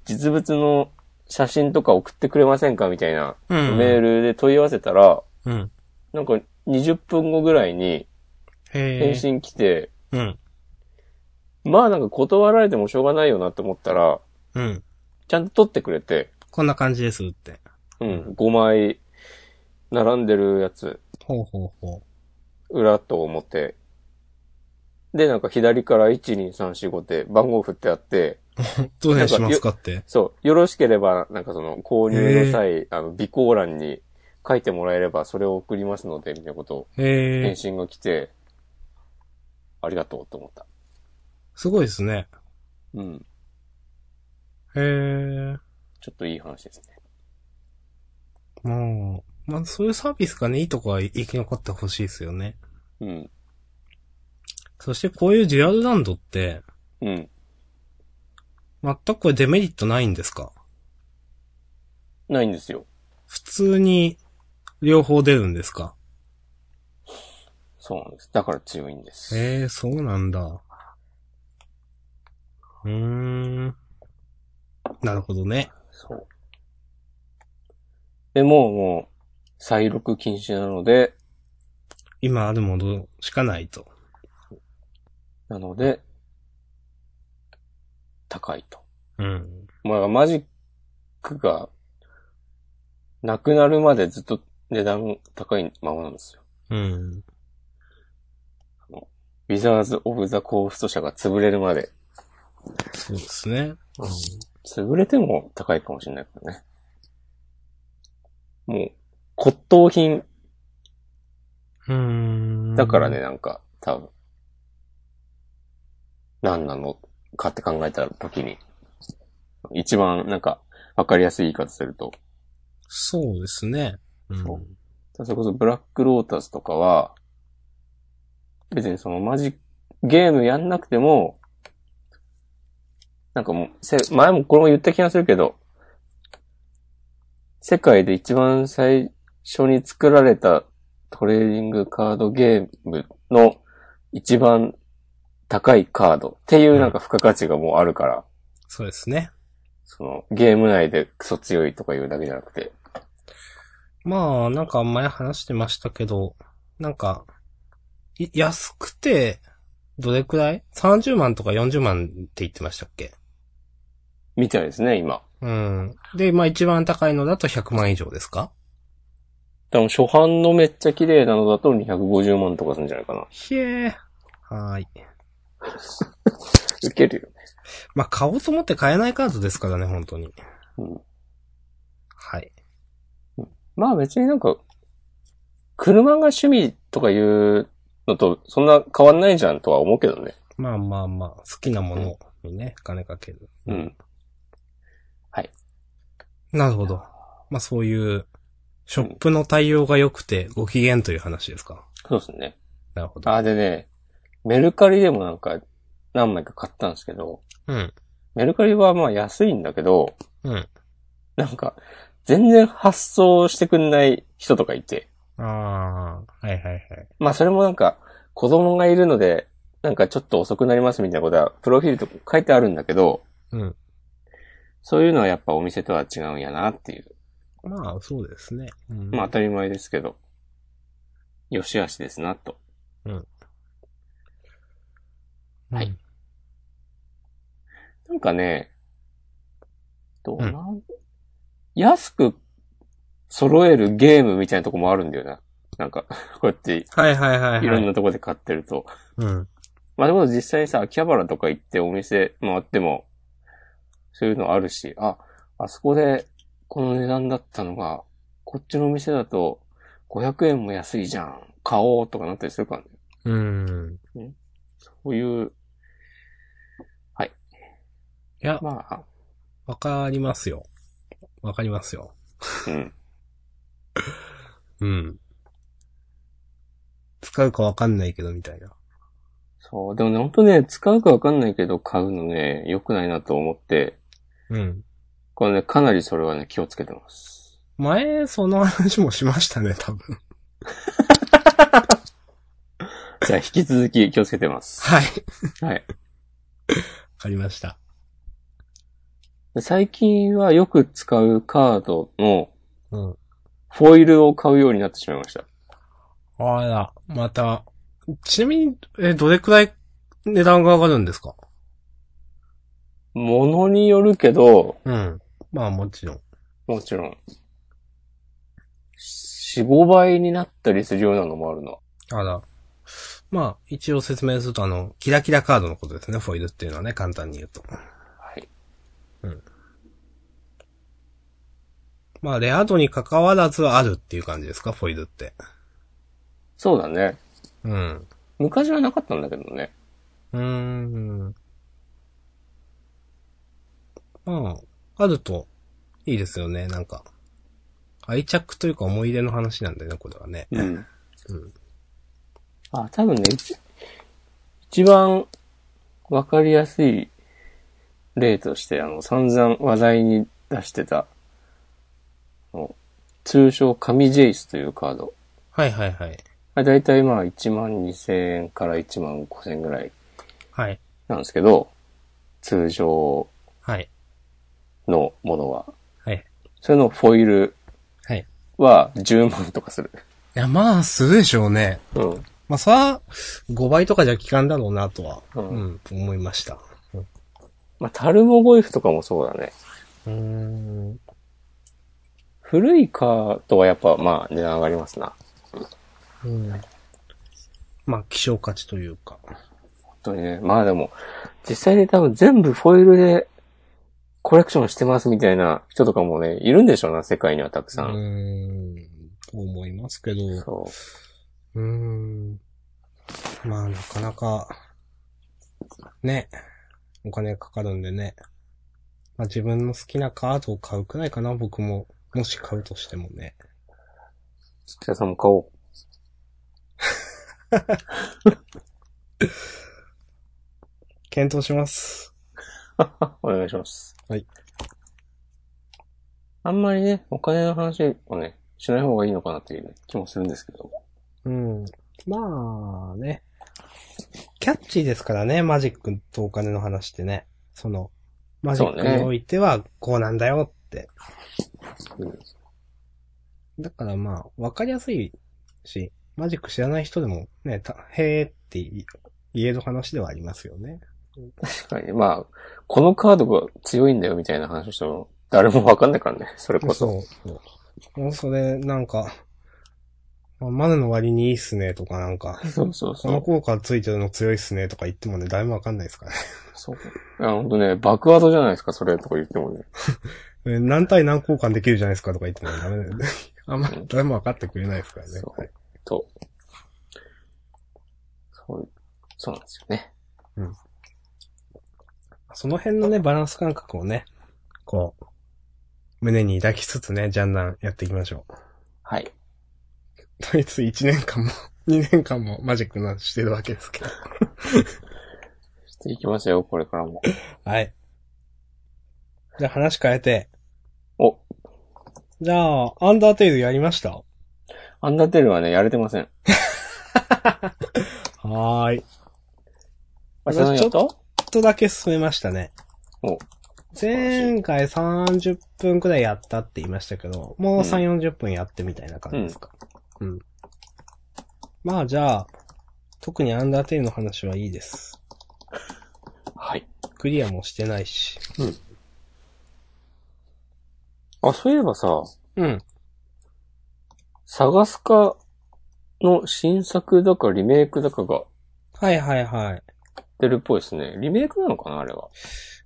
B: 実物の写真とか送ってくれませんかみたいな、
A: うん
B: メールで問い合わせたら、
A: うん。
B: なんか20分後ぐらいに
A: へ
B: 返
A: え。
B: 信来て、
A: うん。
B: まあなんか断られてもしょうがないよなって思ったら、
A: うん。
B: ちゃんと取ってくれて、
A: こんな感じですって。
B: うん、5枚並んでるやつ、
A: ほうほうほ
B: 裏と表。で、なんか左から12345って番号振ってあって、
A: う。どうしますかって。
B: そう。よろしければ、なんかその、購入の際、あの、備考欄に書いてもらえれば、それを送りますので、みたいなことを、
A: へ
B: 返
A: え。
B: 信が来て、ありがとうと思った。
A: すごいですね。
B: うん。
A: へえ。
B: ちょっといい話ですね。
A: もう、まあ、そういうサービスがね、いいとこは生き残ってほしいですよね。
B: うん。
A: そしてこういうデュアルランドって、
B: うん。
A: 全くこれデメリットないんですか
B: ないんですよ。
A: 普通に、両方出るんですか
B: そうなんです。だから強いんです。
A: ええー、そうなんだ。うーん。なるほどね。
B: そう。でも、もう、再録禁止なので、
A: 今あるものしかないと。
B: なので、高いと。
A: うん。
B: まあ、マジックが、なくなるまでずっと値段高いままなんですよ。
A: うん。
B: ウィザーズ・オブ・ザ・コースト社が潰れるまで。
A: そうですね。
B: 潰れても高いかもしれないからね。もう、骨董品
A: うん。
B: だからね、。なんか、多分。何なのかって考えた時に、一番なんか、わかりやすい言い方すると、
A: そうですね。うん
B: そうそれこそブラックロータスとかは、別にそのマジ、ゲームやんなくても、なんかもう、せ前もこれも言った気がするけど、世界で一番最初に作られたトレーディングカードゲームの一番高いカードっていうなんか付加価値がもうあるから、
A: そうですね。
B: そのゲーム内でクソ強いとかいうだけじゃなくて、
A: まあ、なんか前話してましたけど、なんか、い安くて、どれくらい ?30 万とか40万って言ってましたっけ
B: みたいですね、今。
A: うん。で、まあ一番高いのだと100万以上ですか
B: 多分初版のめっちゃ綺麗なのだと250万とかするんじゃないかな。
A: ひえー。はーい。
B: ウケるよね。
A: まあ買おうと思って買えないカードですからね、本当に。
B: うん。
A: はい。
B: まあ別になんか、車が趣味とかいうのとそんな変わんないじゃんとは思うけどね。
A: まあまあまあ、好きなものにね、金かける。
B: うん。
A: なるほど。まあそういう、ショップの対応が良くてご機嫌という話ですか。
B: そうですね。
A: なるほど。
B: あ、でね、メルカリでもなんか何枚か買ったんですけど、
A: うん。
B: メルカリはまあ安いんだけど、
A: うん。
B: なんか全然発送してくんない人とかいて、
A: ああ、はいはいはい。
B: まあそれもなんか子供がいるので、なんかちょっと遅くなりますみたいなことは、プロフィールとか書いてあるんだけど、
A: うん。
B: そういうのはやっぱお店とは違うんやなっていう。
A: まあ、そうですね。うん、
B: まあ当たり前ですけど、よしあしですなと。は
A: う
B: い
A: ん。
B: なんかね、どうなん、安く揃えるゲームみたいなとこもあるんだよな。なんか、 こうやって
A: はいはいはいはい。
B: いろんなとこで買ってると。
A: うん。
B: まあでも実際にさ、秋葉原とか行ってお店回っても、そういうのあるし、あ、あそこでこの値段だったのが、こっちのお店だと500円も安いじゃん。買おうとかなったりするからね。
A: うん。
B: そういう、
A: いや、
B: まあ、
A: わかりますよ。わかりますよ。
B: うん。
A: うん。使うかわかんないけど、みたいな。
B: そう。でもね、ほんとね、使うかわかんないけど買うのね、良くないなと思って、
A: うん。
B: これね、かなりそれはね、気をつけてます。
A: 前、その話もしましたね、多分。
B: じゃあ、引き続き気をつけてます。
A: はい。
B: はい。
A: わかりました。
B: で最近はよく使うカードの
A: うん。
B: フォイルを買うようになってしまいました。
A: あら、また。ちなみに、え、どれくらい値段が上がるんですか
B: ものによるけど、
A: うん。まあもちろん。
B: もちろん、4、5倍になったりするようなのもあるな。
A: あら。まあ、一応説明すると、あの、キラキラカードのことですね、フォイルっていうのはね、簡単に言うと。
B: はい。
A: まあ、レア度に関わらずあるっていう感じですか、フォイルって。
B: そうだね。
A: うん。
B: 昔はなかったんだけどね。
A: うーん。まあ、あると、いいですよね、なんか。愛着というか思い出の話なんだよね、これはね。
B: うん。
A: うん
B: あ、多分ね、一一番わかりやすい例として、あの、散々話題に出してた、あの通称神ジェイスというカード。
A: はいはいはい。
B: あだいたいまあ1万2000円から1万5000円ぐらい
A: はい。
B: なんですけど、通常
A: はい。
B: のものは。
A: はい。
B: それのフォイル
A: はい。
B: は10万とかする。
A: いや、まあ、するでしょうね。
B: うん。
A: まあ、そら、5倍とかじゃ効かんだろうな、とは、
B: う
A: うんん、思いました。
B: まあ、タルモゴイフとかもそうだね。
A: うん。
B: 古いカードはやっぱ、まあ、値段上がりますな。
A: うん。まあ、希少価値というか。
B: 本当にね。まあでも、実際に多分全部フォイルでコレクションしてますみたいな人とかもね、いるんでしょうな、世界にはたく
A: う
B: さん。
A: ん。と思いますけど。
B: そう
A: ーん。まあ、なかなか、ね、お金かかるんでね。まあ、自分の好きなカードを買うくらいかな、僕も。もし買うとしてもね。
B: う。土屋さんも買おう。
A: 検討します。
B: お願いします。
A: はい。
B: あんまりね、お金の話をね、しない方がいいのかなという気もするんですけど。
A: うん。まあ、ね。キャッチーですからね、マジックとお金の話ってね。その、マジック
B: そうね
A: においては、こうなんだよって。
B: うん
A: だからまあ、わかりやすいし、マジック知らない人でもね、たへーってい言える話ではありますよね。
B: 確かに、まあ、このカードが強いんだよみたいな話をしても、誰もわかんないからね、それこそ。
A: そうそう。もうそれ、なんか、まあ、マネの割にいいっすねとかなんか、
B: そうそう
A: こ
B: そ
A: の
B: う。
A: 効果ついてるの強いっすねとか言ってもね、誰もわかんないですからね。
B: そういや、ほんとね、爆アドじゃないですか、それとか言ってもね。
A: え何対何交換できるじゃないですかとか言ってもダメだよね。あんま誰もわかってくれないですからね。
B: そう
A: はい
B: と。そう、そうなんですよね。
A: その辺のね、バランス感覚をね、こう、胸に 抱きつつね、ジャンダンやっていきましょう。
B: はい。
A: とりあえず1年間も 2年間もマジックなしてるわけですけど。
B: していきましょうよ、これからも。
A: はい。じゃあ話変えて。
B: お、
A: じゃあ、アンダーテイルやりました
B: アンダーテールはね、やれてません。
A: はーい。
B: あ、知らないやった
A: ちょっとだけ進めましたね。
B: お
A: 前回30分くらいやったって言いましたけど、もう3、40分やってみたいな感じですか。うん。まあじゃあ、特にアンダーテイルの話はいいです。
B: はい。
A: クリアもしてないし。
B: あ、そういえばさ、
A: うん。
B: 探すかの新作だかリメイクだかが
A: はいはいはい。
B: 出るっぽいですね。リメイクなのかなあれは。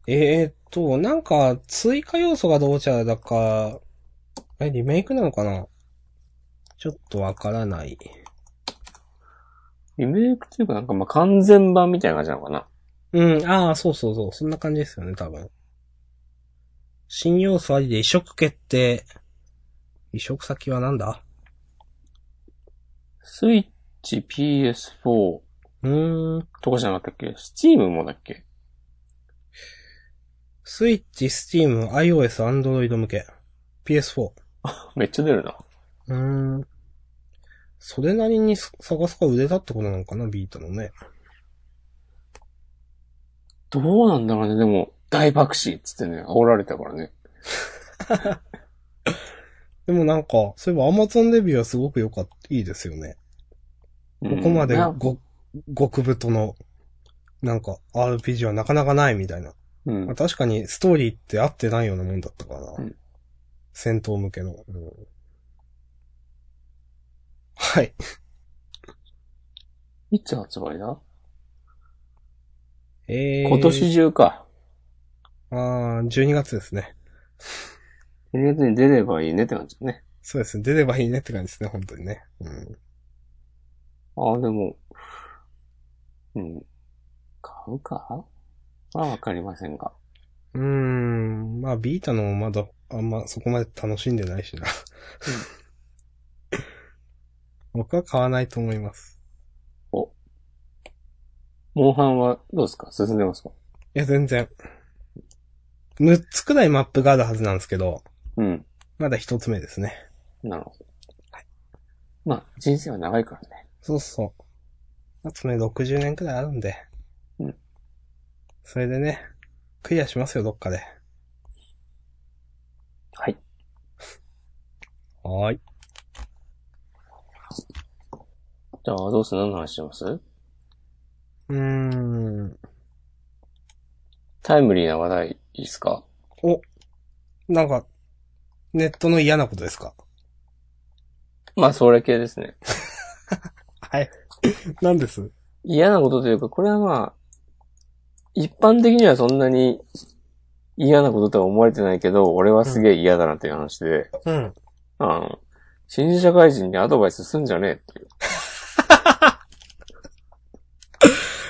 A: えー、っと、なんか、追加要素がどうちゃらだか、え、リメイクなのかなちょっとわからない。
B: リメイクというかなんかまあ完全版みたいな感じなのかな
A: うん、ああ、そうそうそう、そんな感じですよね、多分。新要素ありで移植決定。移植先はなんだ
B: スイッチ、PS4
A: うーん。
B: とかじゃなかったっけスチームもだっけ
A: スイッチ、スティーム、iOS、Android 向け。PS4。
B: めっちゃ出るな。
A: うーん。それなりに探すか売れたってことなのかな、ビートのね。
B: どうなんだろうね。でも、大爆死っつってね、煽られたからね。
A: でもなんか、そういえば Amazon レビューはすごく良かった、いいですよね。ここまで
B: うん
A: ご、極太の、なんか RPG はなかなかないみたいな。
B: うん
A: まあ、。確かにストーリーって合ってないようなもんだったからな。
B: うん
A: 戦闘向けの。うんはい。
B: いつ発売だ
A: えー、
B: 今年中か。
A: あー12月ですね。
B: とりあえずに出ればいいねって感じだね。
A: そうですね。出ればいいねって感じですね、本当にね。うん。
B: ああ、でも、うん。買うかまあわかりませんが。
A: うーん。まあ、ビータのもまだ、あんまそこまで楽しんでないしな。 僕は買わないと思います。
B: モンハンはどうですか進んでますか
A: いや、全然。6つくらいマップがあるはずなんですけど、
B: うん。
A: まだ1つ目ですね。
B: なるほど。まあ、人生は長いからね。
A: そうそう。あとね、60年くらいあるんで。
B: うん。
A: それでね、クリアしますよ、どっかで。
B: はい。
A: はーい。
B: じゃあ、どうする何の話します
A: うーん。
B: タイムリーな話題いいっすか
A: なんか、ネットの嫌なことですか
B: まあ、それ系ですね。
A: はい。何です
B: 嫌なことというか、これはまあ、一般的にはそんなに嫌なこととは思われてないけど、俺はすげえ嫌だなっていう話で、
A: うん。
B: あの、新社会人にアドバイスすんじゃねえっていう。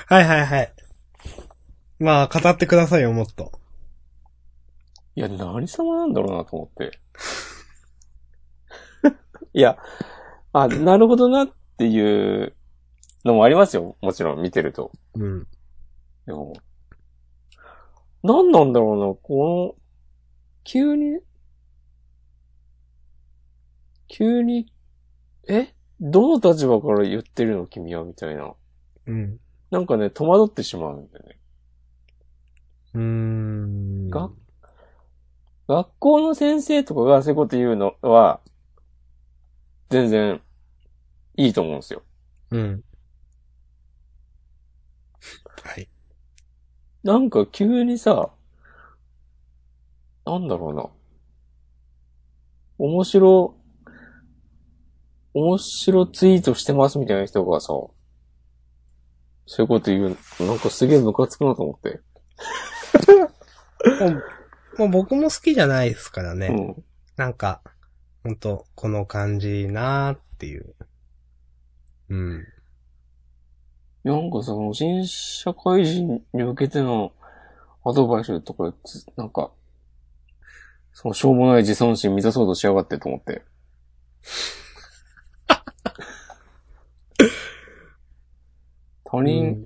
A: はいはいはい。まあ、語ってくださいよ、もっと。
B: いや、何様なんだろうなと思って。いや、あ、なるほどなっていうのもありますよ。もちろん見てると。
A: うん。
B: でも、何なんだろうな、この、急に、急に、えどの立場から言ってるの君はみたいな。
A: うん。
B: なんかね、戸惑ってしまうんだよね。
A: うーん。
B: が学校の先生とかがそういうこと言うのは、全然、いいと思うんですよ。
A: うん。はい。
B: なんか急にさ、なんだろうな。面白、面白ツイートしてますみたいな人がさ、そういうこと言うの、なんかすげえムカつくなと思って。
A: もうもう僕も好きじゃないですからね。
B: うん。
A: なんか、ほんと、この感じいいなーっていう。うん。
B: なんかその、新社会人に向けてのアドバイスとか、つなんか、その、しょうもない自尊心満たそうとしやがってと思って。かりん、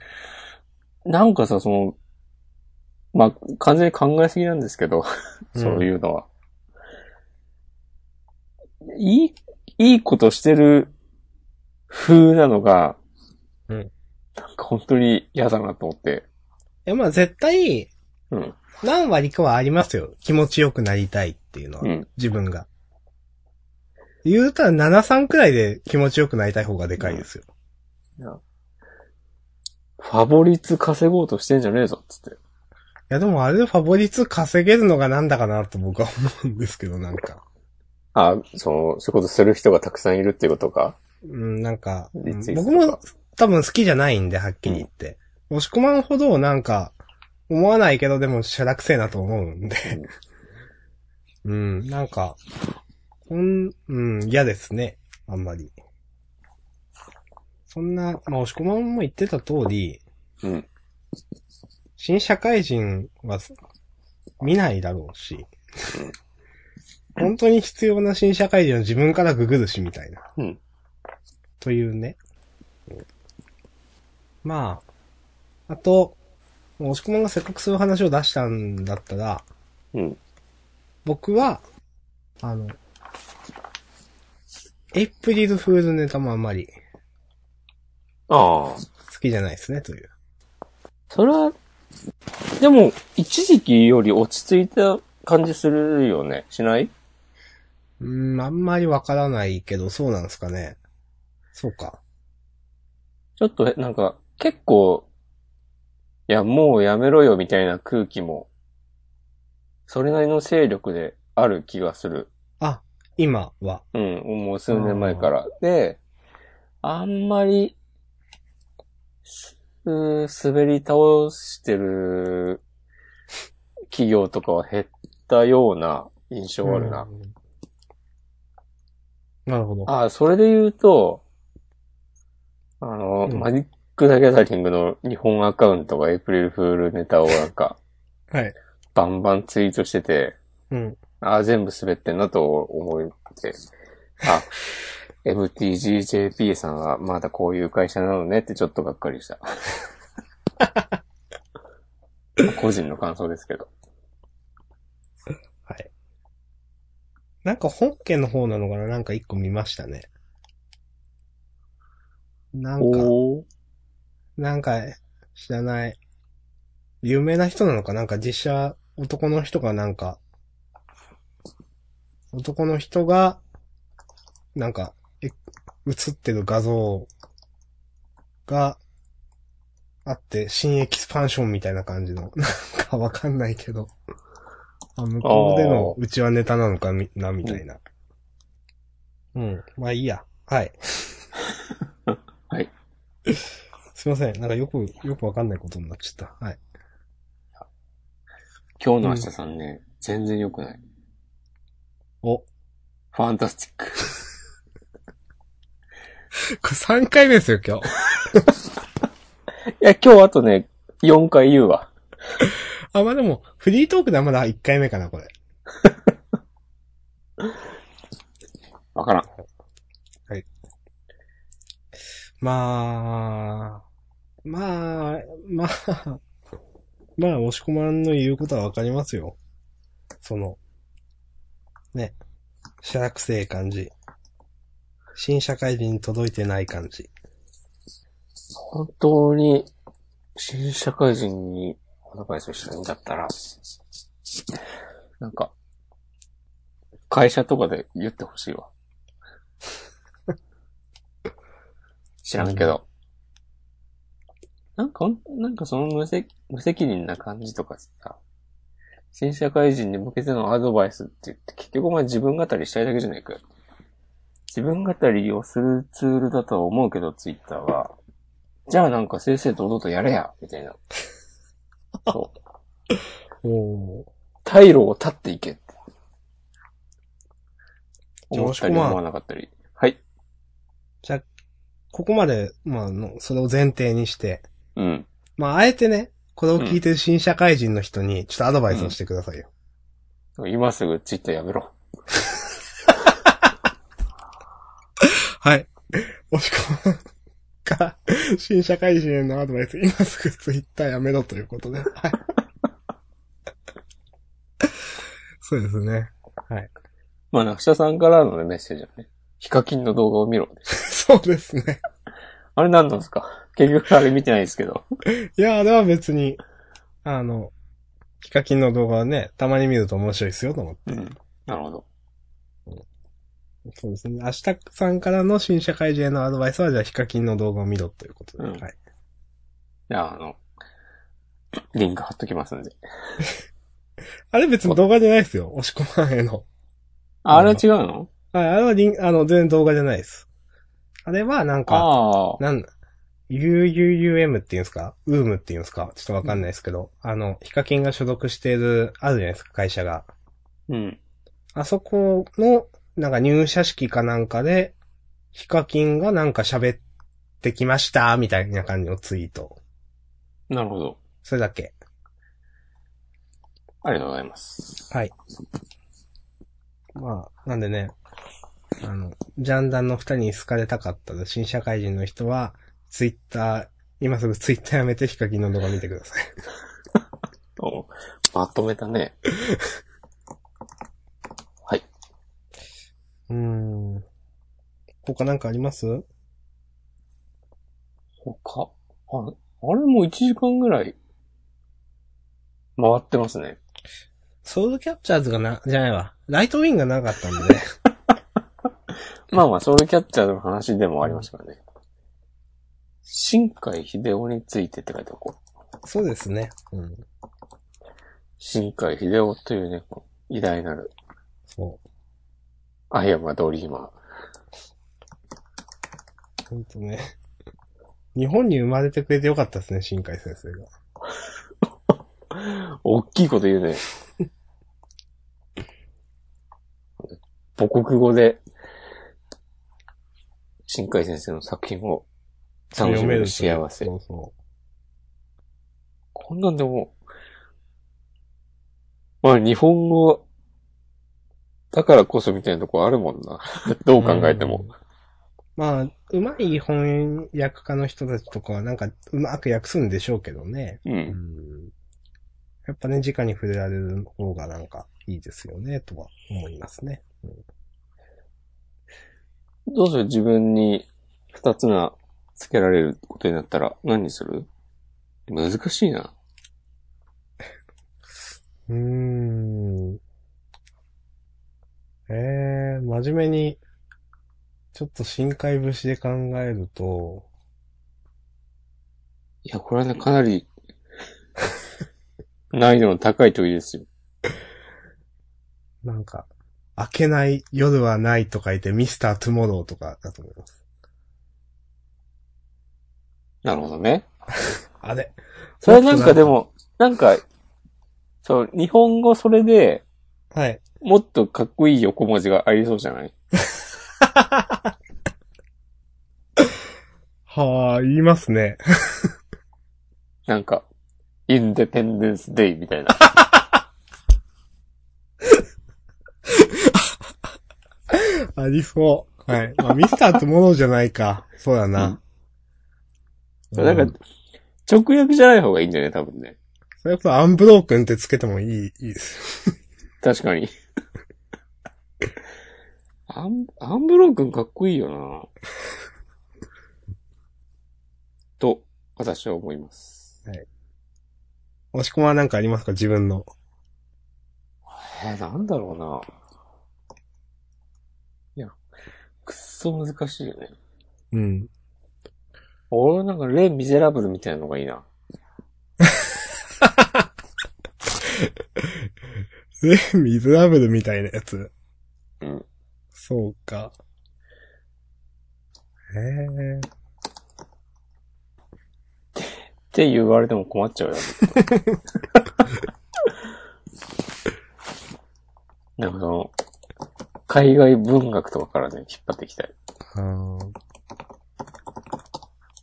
B: なんかさ、その、まあ、完全に考えすぎなんですけど、
A: うん
B: そういうのは。いい、いいことしてる風なのが、
A: うん
B: なんか本当に嫌だなと思って。
A: いや、まあ絶対、
B: うん。
A: 何割かはありますよ。気持ちよくなりたいっていうのは。
B: うん。
A: 自分が。言うたら73くらいで気持ちよくなりたい方がでかいですよ。
B: ファボリツ稼ごうとしてんじゃねえぞ、つって。
A: いやでもあれでファボリツ稼げるのがなんだかなと僕は思うんですけど、なんか。
B: あ、その、そういうことする人がたくさんいるっていうことか。
A: うん、なんか、う
B: リ
A: ん
B: ツイート
A: 僕
B: とか
A: も多分好きじゃないんで、はっきり言って。押し込まんほどなんか、思わないけどでもしゃらくせえなと思うんで。うん、なんか、こん、うん、嫌ですね。あんまり。そんな、まあ、押し込まんも言ってた通り、
B: うん。
A: 新社会人は見ないだろうし、本当に必要な新社会人は自分からググるし、みたいな。
B: うん
A: というね。まあ、あと、もう押し込まんがせっかくそういう話を出したんだったら、
B: うん。
A: 僕は、あの、エイプリルフールネタもあんまり
B: ああ。
A: 好きじゃないですね、という。
B: それは、でも、一時期より落ち着いた感じするよね。しないう
A: ーん、あんまりわからないけど、そうなんですかね。そうか。
B: ちょっと、えなんか、結構、いや、もうやめろよみたいな空気も、それなりの勢力である気がする。
A: あ、今は。
B: うん、もう数年前から。で、あんまり、すうー滑り倒してる企業とかは減ったような印象あるな。
A: うんなるほど。
B: ああ、それで言うと、あの、
A: うん
B: マジック・ザ・ギャザリングの日本アカウントがエイプリルフールネタをなんか、
A: はい。
B: バンバンツイートしてて、
A: うん。
B: ああ、全部滑ってんなと思って、あ、MTGJP さんはまだこういう会社なのねってちょっとがっかりした。 個人の感想ですけど。
A: なんか本家の方なのかななんか一個見ましたね。なんか、
B: おー
A: なんか、知らない。有名な人なのかなんか実写、男の人がなんか、男の人が、なんか、え映ってる画像が、あって、新エキスパンションみたいな感じの、 なんかわかんないけど、あ向こうでのうちはネタなのかみな、みたいな。うん。まあいいや。 はい。
B: はい。
A: すいません。なんかよく、よくわかんないことになっちゃった。はい。
B: 今日の明日さんね、全然良くない。
A: お。
B: ファンタスティック。
A: これ3回目ですよ、今日。
B: いや、今日あとね、4回言うわ。
A: あ、まあでも、フリートークではまだ1回目かな、これ。
B: わからん。
A: まあ、まあ、まあ、まあ、押し込まんの言うことはわかりますよ。その、ね、しゃらくせえ感じ。新社会人に届いてない感じ。
B: 本当に、新社会人にアドバイスをしたいんだったら、なんか、会社とかで言ってほしいわ。 知らんけど。なんかほん、なんかその無責無責任な感じとかさ、新社会人に向けてのアドバイスって言って、結局お前自分語りしたいだけじゃねえかよ。自分語りをするツールだとは思うけど、ツイッターは。じゃあなんか正々堂々とやれや、みたいな。そう。
A: おー。
B: 退路を断っていけって。
A: じゃあ
B: 思ったり思わなかったり。はい。
A: じゃあ、ここまで、まああの、それを前提にして、
B: うん。
A: まあ、あえてね、これを聞いてる新社会人の人に、ちょっとアドバイスをしてくださいよ。
B: 今すぐツイッターやめろ。
A: はい。押し込まんか、新社会人へのアドバイス、今すぐツイッターやめろということで。はい。そうですね。
B: まあ、なくしゃさんからのメッセージはね、ヒカキンの動画を見ろ。
A: そうですね。
B: あれ何なんですか結局あれ見てないですけど。
A: いや、あれは別に、あの、ヒカキンの動画はね、たまに見ると面白いですよと思って。
B: うん。なるほど。
A: そうですね。明日さんからの新社会人へのアドバイスは、じゃあヒカキンの動画を見ろということで。
B: うん
A: はい。
B: じゃあ、あの、リンク貼っときますんで。
A: あれ別に動画じゃないですよ。押し込まんへの。
B: ああれは違うの
A: はい、あれはリン、あの、全然動画じゃないです。あれはなんか、
B: ああ。
A: なん、UUUM っていうんですか ?UM っていうんですかちょっとわかんないですけど、あの、ヒカキンが所属している、あるじゃないですか、会社が。
B: うん。
A: あそこの、なんか入社式かなんかで、ヒカキンがなんか喋ってきました、みたいな感じのツイート。
B: なるほど。
A: それだけ。
B: ありがとうございます。
A: はい。まあ、なんでね、あの、ジャンダンの二人に好かれたかったら、新社会人の人は、ツイッター、今すぐツイッターやめてヒカキンの動画見てください。
B: おまとめたね。はい。
A: うーん。他なんかあります
B: 他、あれ、あれもう1時間ぐらい回ってますね。
A: ソウルキャッチャーズがな、じゃないわ。ライトウィンがなかったんでね。
B: まあまあ、ソウルキャッチャーの話でもありましたからね。新海秀夫についてって書いておこ う。
A: そうですね。うん。
B: 新海秀夫というね、こう偉大なる、
A: そう。
B: アイアムアドリーマ
A: ほんとね。日本に生まれてくれてよかったですね、新海先生が。
B: ー。大きいこと言うね。 母国語で、新海先生の作品を楽しめる幸せ
A: そ。うそ
B: こんなんでも、まあ日本語、だからこそみたいなとこあるもんな。 ど
A: う。
B: う考えて
A: う
B: も
A: ん。。まあ、うまい翻訳家の人たちとかはなんか、うまく訳すんでしょうけどね。
B: う。
A: うんん。やっぱね、直に触れられる方がなんかいいですよね、とは思いますね。
B: どうする自分に二つなつけられることになったら何にする難しいな。
A: うーん。ええ真面目に、ちょっと深海節で考えると、
B: いや、これはね、かなり、 難易度の高い問いですよ。
A: なんか、明けない夜はないと書いてミスタートゥモローとかだと思います。
B: なるほどね。
A: あれ
B: それなんかでも、なんか、そう、日本語それで、
A: はい。
B: もっとかっこいい横文字がありそうじゃない
A: はあ、言います ね。
B: なんか、インデペンデンスデイみたいな。
A: ありそう。はい。まあ、ミスタートゥモローじゃないか。そうだな。う
B: なんか、直訳じゃない方がいいんだよね、多分ね。
A: それこそアンブロークンってつけてもいい、いいです。
B: 確かに。アン、アンブロー君かっこいいよなと、私は思います。
A: 押し込まなんかありますか自分の。
B: えー、なんだろうないや、くっそ難しいよね。
A: うん。
B: 俺なんか、レ・ミゼラブルみたいなのがいいな。
A: レ・ ミズラブルみたいなやつ。
B: うん。
A: そうか。へえ。
B: って言われても困っちゃうよ。 なんかその、海外文学とかからね、引っ張っていきたい。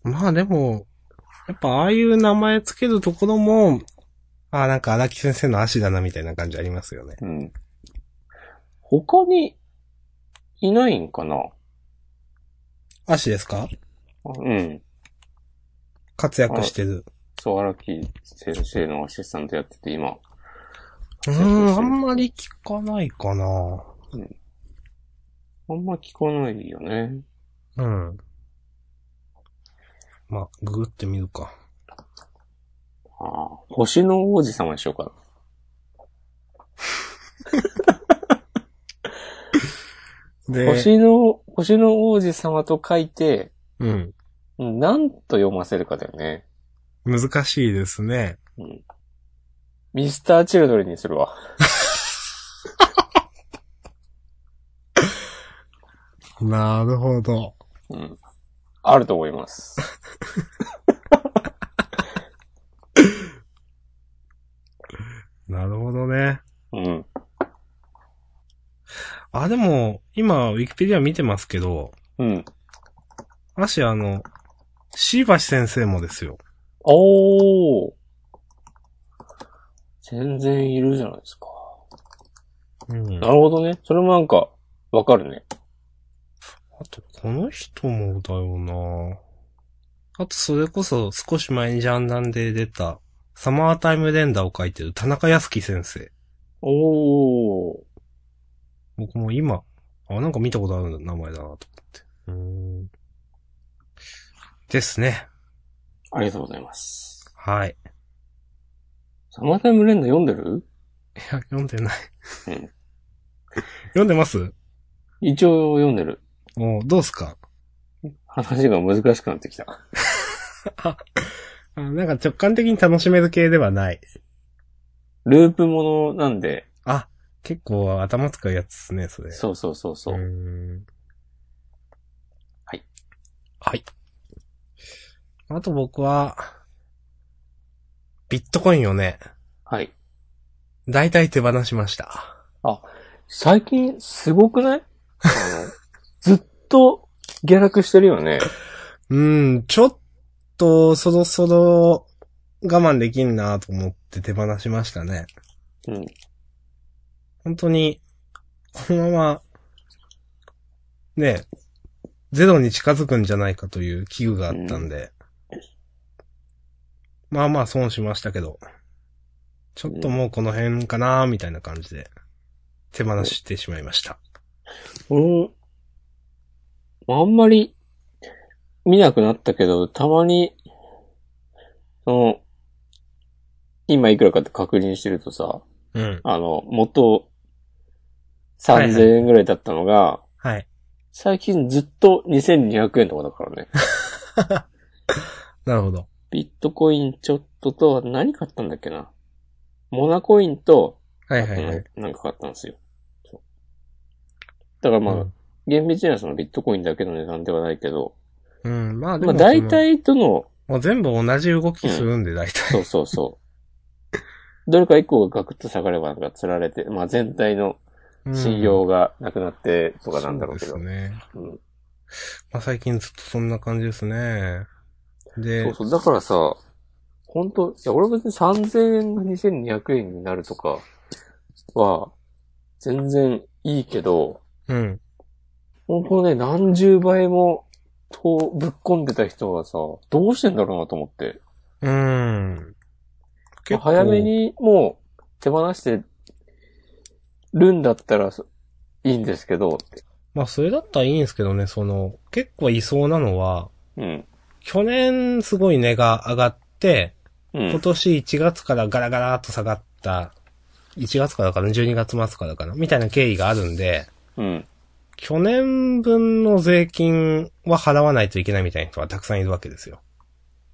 A: まあでも、やっぱああいう名前つけるところも、ああなんか荒木先生の足だなみたいな感じありますよね。
B: うん。他に、いないんかな
A: 足ですか
B: うん。
A: 活躍してる。
B: そう、荒木先生のアシスタントやってて、今。
A: うーん、あんまり聞かないかな。
B: あんま聞かないよね。
A: うん。まあ、ググってみるか。
B: ああ、星の王子様にしようかな。
A: で、
B: 星の、星の王子様と書いて、
A: うん。
B: なんと読ませるかだよね。
A: 難しいですね。
B: うん。ミスター・チルドレンにするわ。
A: なるほど。
B: うん。あると思います。
A: なるほどね。
B: うん。
A: あ、でも、今、ウィキペディア見てますけど、
B: うん。
A: あし、あの、椎橋先生もですよ。
B: おー。全然いるじゃないですか。
A: うん
B: なるほどね。それもなんか、わかるね。
A: あと、この人もだよなあと、それこそ、少し前にジャンダンで出た、サマータイムレンダーを書いてる田中康樹先生。
B: おー。
A: 僕も今、あ、なんか見たことある名前だなと思って。うーん。ですね。
B: ありがとうございます。
A: はい。
B: サマータイムレンダー読んでる
A: いや、読んで ない。
B: うん
A: 読んでます
B: 一応読んでる。
A: おどうすか
B: 話が難しくなってきた。
A: あなんか直感的に楽しめる系ではない。
B: ループものなんで、
A: あ、結構頭使うやつですね、それ。
B: そうそうそうそうう。
A: ーん
B: はい。
A: はい。あと僕は、ビットコインをね、
B: はい。
A: 大体手放しました。
B: 最近すごくないあのずっと下落してるよね。
A: うん、ちょっと、そろそろ、我慢できんなと思って手放しましたね。
B: うん。
A: 本当に、このまま、ね、ゼロに近づくんじゃないかという危惧があったんで、まあまあ損しましたけど、ちょっともうこの辺かなみたいな感じで、手放してしまいました。
B: 俺も、あんまり見なくなったけど、たまに、その、今いくらかって確認してるとさ、
A: うん。
B: あの、元
A: はいはい
B: 3000円ぐらいだったのが、
A: はい。
B: 最近ずっと2200円とかだか らね。
A: なるほど。
B: ビットコインちょっとと、何買ったんだっけな。モナコインと、
A: はいはいはい。
B: うんなんか買ったんですよ。そうだからまあ、厳密にはそのビットコインだけの値段ではないけど、
A: うん、うん、まあで
B: ま
A: も
B: あ
A: その
B: 大体どの、
A: もう全部同じ動きするんで、大体。
B: そうそうそう。どれか一個がガクッと下がればなんか釣られて、まあ全体の
A: うん
B: 信用がなくなってとかなんだろうけど。
A: そうですね。
B: ん
A: まあ最近ずっとそんな感じですね。で、
B: そうそう。だからさ、本当いや、俺別に3000円が2200円になるとかは、全然いいけど、
A: うん。
B: もうこのね、何十倍も、と、ぶっ込んでた人がさ、どうしてんだろうなと思って。
A: うん。結構
B: 早め。にもう手放してるんだったらそいいんですけど、って
A: まあそれだったらいいんですけどね、その、結構いそうなのは、
B: うん。
A: 去年すごい値が上がって、
B: う
A: 今
B: ん。
A: 年1月からガラガラっと下がった、1月からかな、12月末からかな、みたいな経緯があるんで、
B: うん。
A: 去年分の税金は払わないといけないみたいな人がたくさんいるわけですよ。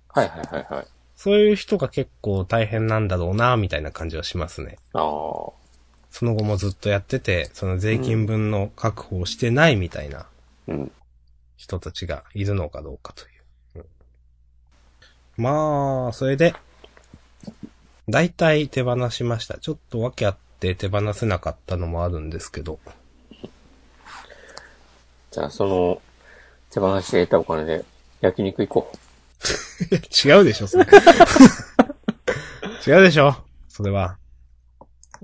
B: はいはいはいはい。
A: そういう人が結構大変なんだろうな、みたいな感じはしますね。
B: ああ。
A: その後もずっとやってて、その税金分の確保をしてないみたいな
B: うん。
A: 人たちがいるのかどうかという。うんまあ、それで、だいたい手放しました。ちょっと訳あって手放せなかったのもあるんですけど。
B: じゃあその、手放して得たお金で焼肉行こ
A: 違うでしょ、それ。 違うでしょ、それは。
B: う。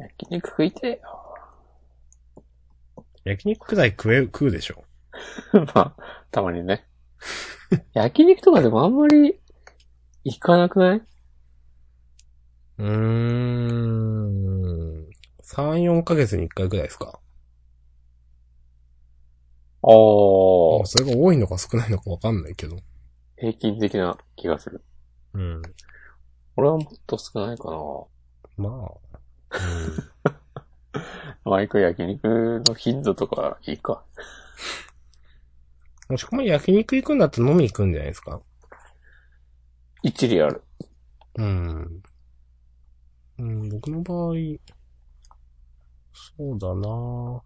B: 焼肉食いてえよ。
A: 焼肉くらい食え、食うでしょ。
B: まあ、たまにね。焼肉とかでもあんまり行かなくないう
A: ーん。3、4ヶ月に1回ぐらいですか。
B: ああ
A: それが多いのか少ないのかわかんないけど。
B: 平均的な気がする。
A: うん。
B: 俺はもっと少ないか
A: まあ。
B: な。マイク焼肉の頻度とかいいか。
A: うん。もし くは焼肉行くんだったら飲み行くんじゃないですか。
B: 一理ある。
A: うん。うん、僕の場合、そうだな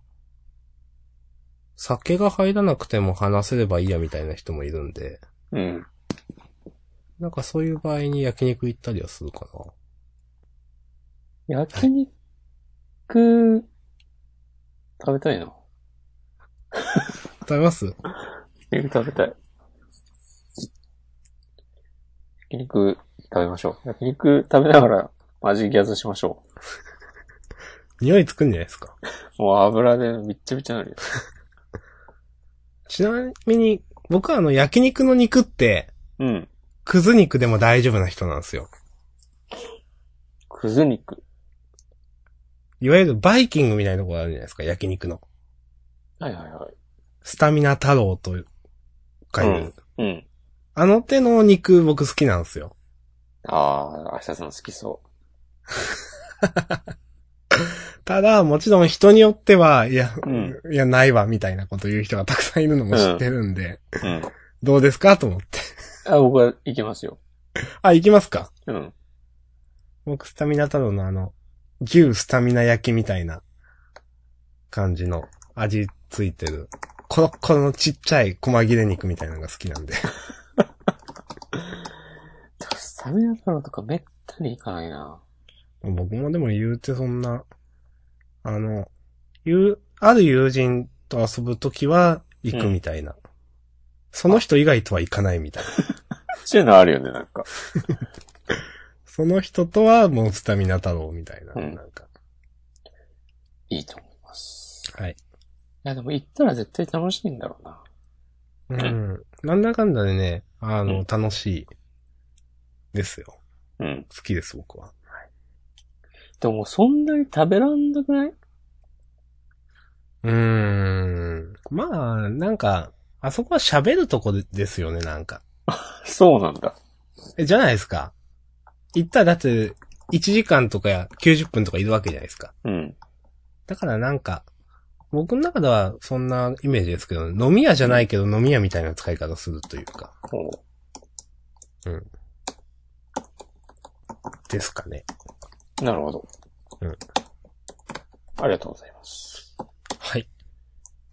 A: 酒が入らなくても話せればいいやみたいな人もいるんで、
B: うん。
A: なんかそういう場合に焼肉行ったりはするかな。
B: 焼肉、食べたいな。
A: 食べます
B: 焼肉食べたい。焼肉食べましょう。焼肉食べながら味ギャズしましょ
A: 匂いつくんじゃないですか。
B: う。もう油でびっちゃびちゃになるよ。
A: ちなみに、僕はあの焼肉の肉って、
B: うん。
A: くず肉でも大丈夫な人なんですよ。
B: くず肉。
A: いわゆるバイキングみたいなところあるじゃないですか、焼肉の。
B: はいはいはい。
A: スタミナ太郎とかいう。
B: んうん。
A: あの手の肉僕好きなんですよ。
B: ああ、明日さん好きそ
A: ただ、もちろん人によっては、いや、
B: うん
A: いや、ないわ、みたいなこと言う人がたくさんいるのも知ってるんで、
B: う。うん。
A: どうですかと思って。
B: あ、僕は行きますよ。
A: あ、行きますか
B: うん。
A: 僕、スタミナ太郎のあの、牛スタミナ焼きみたいな感じの味ついてる、コロッコロのちっちゃい細切れ肉みたいなのが好きなんで。
B: スタミナ太郎とかめったに行かないな。
A: 僕もでも言うてそんな、あの、言う、ある友人と遊ぶときは行くみたいな。その人以外とは行かない みたいな。
B: そういうのあるよね、なんか。
A: その人とはもうスタミナ太郎みたいな。
B: うん
A: なんか。
B: いいと思います。
A: はい。
B: いや、でも行ったら絶対楽しいんだろうな。
A: うん。なんだかんだでね、あの、
B: うん
A: 楽しい。ですよ。
B: うん。
A: 好きです、僕は。
B: でもそんなに食べらんなくないう
A: ーん。まあ、なんか、あそこは喋るとこでですよね、なんか。
B: そうなんだ。
A: え、じゃないですか。行ったらだって、1時間とか90分とかいるわけじゃないですか。
B: うん。
A: だからなんか、僕の中ではそんなイメージですけど、飲み屋じゃないけど飲み屋みたいな使い方するというか、
B: こう。
A: ですかね。
B: なるほど。
A: うん。
B: ありがとうございます。
A: はい。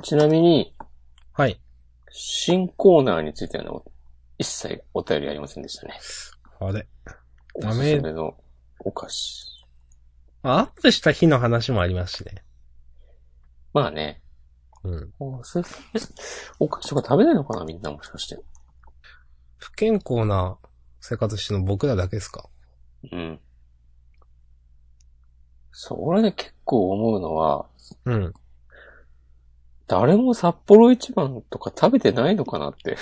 B: ちなみに、
A: はい。
B: 新コーナーについてはね、一切お便りありませんでしたね。
A: あれ。ダ
B: おす
A: メ
B: すめのお菓子。
A: あアップした日の話もありますしね。
B: まあね、
A: うん。
B: おすすめ、お菓子とか食べないのかなみんなもしかして。
A: 不健康な生活してるの僕らだけですか
B: うん。そう、俺ね、結構思うのは、
A: うん。
B: 誰も札幌一番とか食べてないのかなって。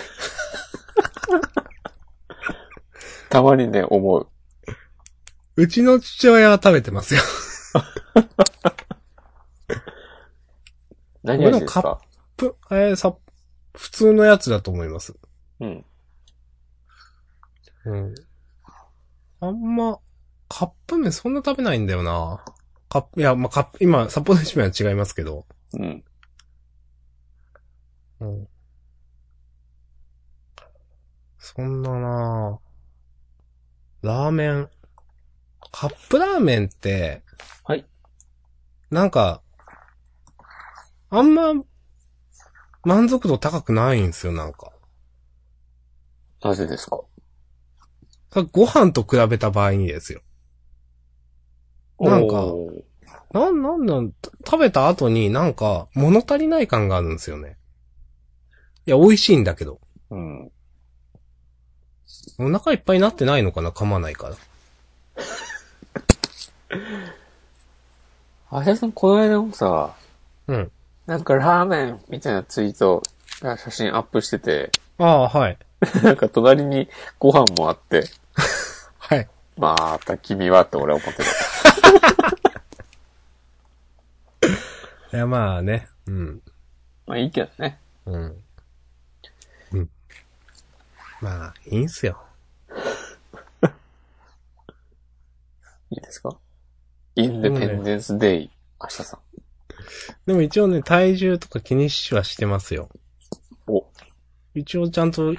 B: たまにね、思う。
A: うちの父親は食べてますよ。
B: 何味です
A: 俺
B: か
A: ぷ、えーさ、普通のやつだと思います。
B: うん。
A: うん。あんま、カップ麺そんな食べないんだよな。カップ、いや、まあ、カップ、今、札幌一麺は違いますけど。
B: うん。
A: うん。そんななぁラーメン。カップラーメンって、
B: はい。
A: なんか、あんま、満足度高くないんですよ、なんか。
B: なぜですか
A: さご飯と比べた場合にですよ。なんか
B: おー
A: なん、なんなん、た食べた後になんか物足りない感があるんですよね。いや、美味しいんだけど。
B: うん。
A: お腹いっぱいになってないのかな噛まないから。
B: あやさん、この間もさ、
A: うん。
B: なんかラーメンみたいなツイート、写真アップしてて、
A: ああ、はい。
B: なんか隣にご飯もあって、また君はって俺は思ってる。
A: いや、まあね。うん。
B: まあいいけどね。
A: うん。うん。まあ、いいんすよ。
B: いいですかインデペンデンスデイ、明日さん。
A: でも一応ね、体重とか気にしはしてますよ。
B: お。
A: 一応ちゃんと、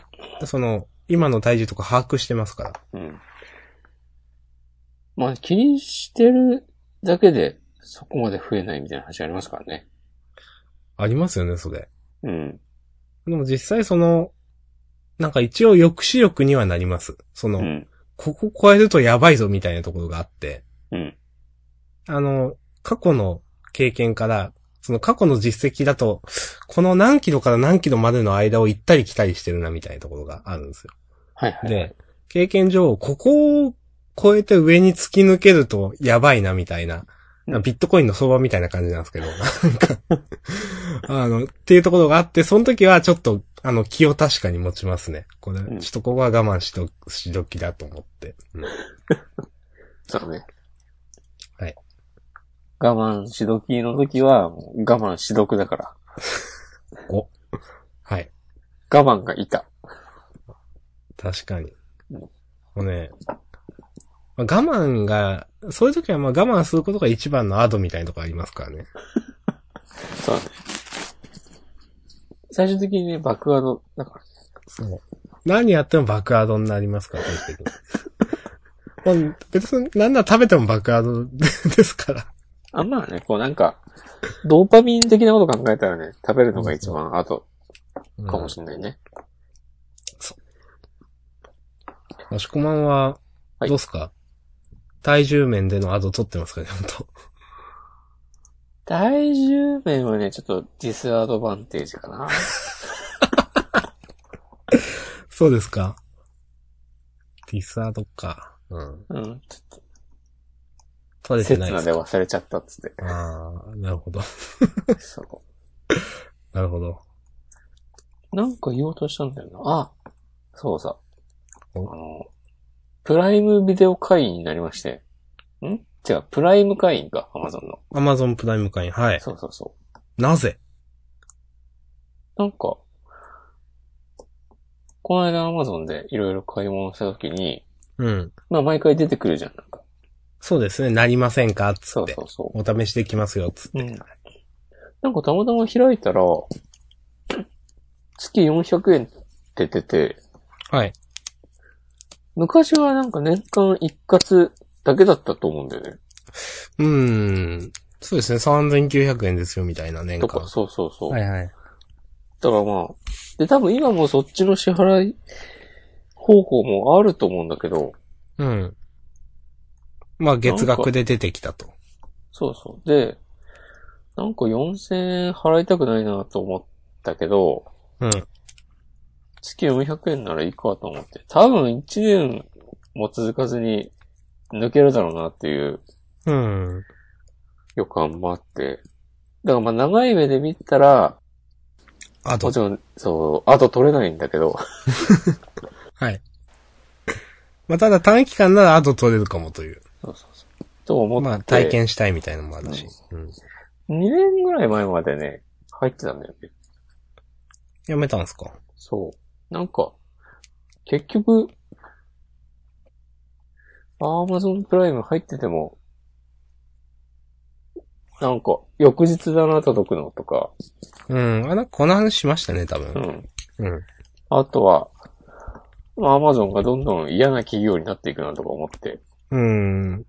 A: その、今の体重とか把握してますから。
B: うん。まあ気にしてるだけでそこまで増えないみたいな話ありますからね。
A: ありますよね、それ。
B: うん。
A: でも実際その、なんか一応抑止力にはなります。その、
B: うん。
A: ここ超えるとやばいぞみたいなところがあって。
B: うん。
A: あの、過去の経験から、その過去の実績だと、この何キロから何キロまでの間を行ったり来たりしてるなみたいなところがあるんですよ。
B: はいはい。
A: で、経験上、ここを超えて上に突き抜けるとやばいなみたいな、
B: うん
A: ビットコインの相場みたいな感じなんですけど、 なんか、あの、っていうところがあって、その時はちょっと、あの、気を確かに持ちますね。これ、
B: ん
A: ちょっとここは我慢しと、しどきだと思って。うん
B: そうね。
A: はい。
B: 我慢しどきの時は、もう我慢しどくだから。
A: はい。
B: 我慢がいた。
A: 確かに。
B: うん
A: もうね、まあ我慢が、そういう時はまあ我慢することが一番のアドみたいなとこありますからね。
B: そうね。最終的にね、爆破の、だからね、
A: そう。何やっても爆アドになりますから、最終的に。まあ、別に何なら食べても爆アドですから。
B: あ、まあね、こうなんか、ドーパミン的なこと考えたらね、食べるのが一番後
A: うん
B: かもしれないね。
A: 押し込まんは、
B: はい
A: どうっすか、体重面でのアド取ってますかね、本
B: 体重面はね、ちょっとディスアドバンテージかな。
A: 当そうですかディスアドか。うん。
B: うん。
A: 取れて
B: 刹
A: ない
B: 那
A: です
B: で忘れちゃったっつって。
A: ああ、なるほど。
B: そ
A: なるほど。
B: う。なんか言おうとしたんだよな。あ、そうさ。あ
A: お
B: の、プライムビデオ会員になりまして。ん違う、プライム会員か、アマゾンの。
A: アマゾンプライム会員、はい。
B: そうそうそう。
A: なぜ
B: なんか、この間アマゾンでいろいろ買い物したときに、
A: うん。
B: まあ毎回出てくるじゃん、なんか。
A: そうですね、なりませんかつ
B: そ
A: っ
B: う
A: て
B: そ。うそ
A: お試しできますよ、つって。
B: う。うん。なんかたまたま開いたら、月400円って出て、
A: はい。
B: 昔はなんか年間一括だけだったと思うんだよね。
A: うーん。そうですね、3900円ですよ、みたいな年
B: と
A: 間
B: か、。そうそうそう。
A: はいはい。
B: だからまあ、で、多分今もそっちの支払い方法もあると思うんだけど、
A: うん。まあ、月額で出てきたと。
B: そうそう。で、なんか4000円払いたくないなと思ったけど、
A: うん。
B: 月400円ならいいかと思って、多分1年も続かずに抜けるだろうなっていう
A: うん。
B: 予感もあって、だからまあ長い目で見たら、
A: あ
B: も
A: と
B: ち、ろん、そう、後取れないんだけど、
A: はい。 まあ、ただ短期間なら後取れるかもという。
B: そうそうそう。と思って、
A: まあ、体験したいみたいなのもあるし。うん。
B: 2年ぐらい前までね、入ってたんだよね。
A: やめたんですか
B: そう。なんか、結局、アマゾンプライム入ってても、なんか、翌日だな、届くのとか、
A: うん。あ、なんかこの話しましたね、多
B: う
A: 分。
B: ん。
A: うん。
B: あとは、まあアマゾンがどんどん嫌な企業になっていくなとか思って、
A: うん。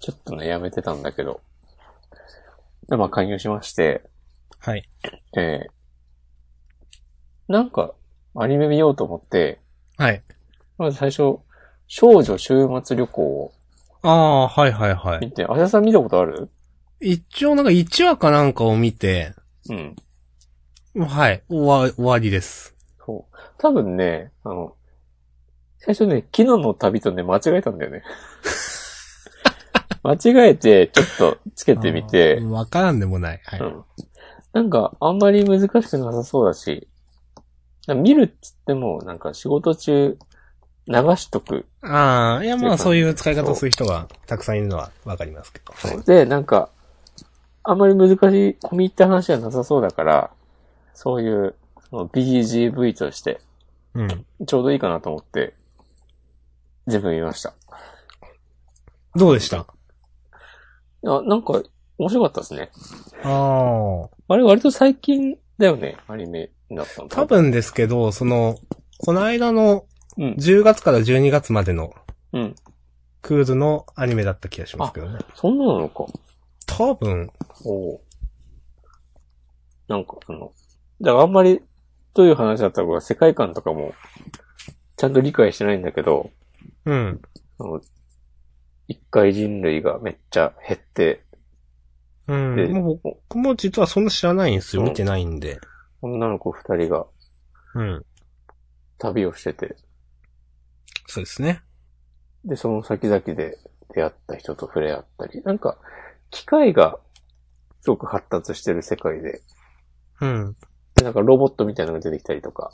B: ちょっとね、やめてたんだけど。で、まあ、加入しまして、
A: はい。
B: えー、なんか、アニメ見ようと思って、
A: はい。
B: まず最初、少女週末旅行を
A: ああ、はいはいは
B: 見
A: い。
B: て、あやさん見たことある
A: 一応なんか1話かなんかを見て、
B: うん。
A: はい。終わ、終わりです。
B: そう。多分ね、あの、最初ね、昨日の旅とね、間違えたんだよね。間違えて、ちょっとつけてみて
A: あー、わからんでもない。はい。
B: うん。なんか、あんまり難しくなさそうだし、なんか見るっつっても、なんか仕事中、流しとく。
A: ああ、いや、まあ
B: そ
A: そうう
B: い
A: いうう使い方をする人がたくさんいるのはわかりますけど。はい。
B: で、なんか、あんまり難しい、込み入った話はなさそうだから、そういう、その BGV として、
A: うん。
B: ちょうどいいかなと思って、全部見ました。
A: どうでした
B: いや、なんか、面白かったですね。
A: ああ。
B: あれ、割と最近だよね、アニメになったの。
A: 多。分ですけど、その、この間の
B: うん。
A: 10月から12月までの
B: うん。
A: クールのアニメだった気がしますけどね。
B: そんななのか。
A: 多分、
B: おお。なんか、あの、だからあんまり、どういう話だったのか、世界観とかも、ちゃんと理解してないんだけど、
A: うん。
B: その一回人類がめっちゃ減って、
A: うん。
B: で
A: もう僕も実はそんな知らないんですよ。
B: うん
A: 見てないんで。
B: 女の子二人が
A: うん。
B: 旅をしてて、
A: そうですね。
B: で、その先々で出会った人と触れ合ったり、なんか、機械がすごく発達してる世界で、
A: うん。
B: で、なんかロボットみたいなのが出てきたりとか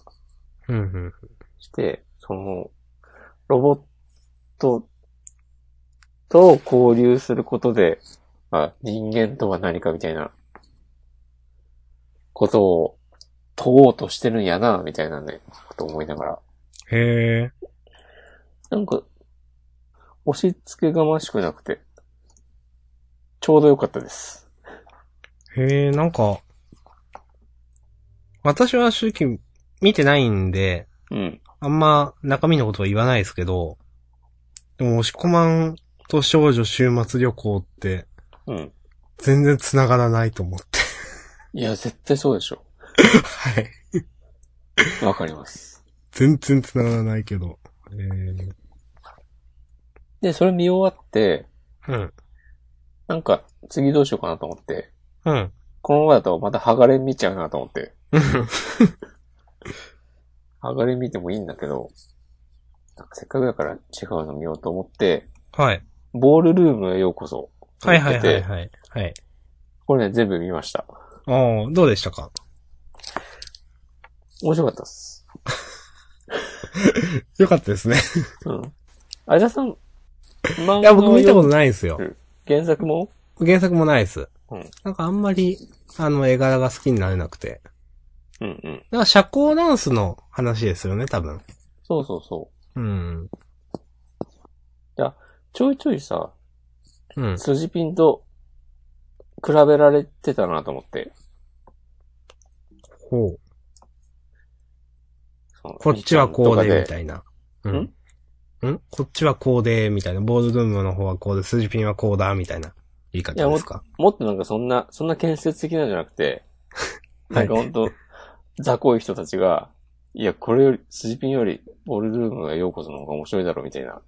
A: うん、うん。
B: して、その、ロボットと交流することで、あ、人間とは何かみたいなことを問おうとしてるんやな、みたいなね、ことを思いながら。
A: へえ。
B: なんか、押し付けがましくなくて、ちょうど良かったです。
A: へえ、なんか、私は正直見てないんで、
B: うん。
A: あんま中身のことは言わないですけど、でも、押し込まんと少女週末旅行って、
B: うん。
A: 全然繋がらないと思って。
B: いや、絶対そうでしょ。
A: はい。
B: わかります。
A: 全然繋がらないけど。えー、
B: で、それ見終わって、
A: うん。
B: なんか、次どうしようかなと思って、
A: うん。
B: このままだとまたハガレン見ちゃうなと思って。ハガレン見てもいいんだけど、なんかせっかくだから違うの見ようと思って、
A: はい。
B: ボールルームへようこそ。
A: はいはいはい
B: 見てて
A: はい。はい。
B: これね、全部見ました。
A: おーどうでしたか
B: 面白かったっす。
A: よかったですね。
B: うん。あじゃさん、漫
A: いや、僕見たこと
B: い。
A: ないんですよ。
B: 原作も
A: 原作もないです。
B: うん
A: なんかあんまり、あの、絵柄が好きになれなくて。
B: うんうん。
A: なんか社交ダンスの話ですよね、多分。
B: そうそうそう。
A: うん。
B: ちょいちょいさ、
A: うん。
B: 筋ピンと比べられてたなと思って。
A: ほう。
B: その
A: こっちはこうで、みたいな。うんん。んこっちはこうで、みたいな。ボールルームの方はこうで、スジピンはこうだ、みたいな。言い
B: いや
A: 方
B: も
A: ですか
B: もっとなんかそんな、そんな建設的なんじゃなくて、
A: は
B: ないんかほんと、雑魚い人たちが、いや、これより、スジピンより、ボールルームがようこその方が面白いだろ、み たいな。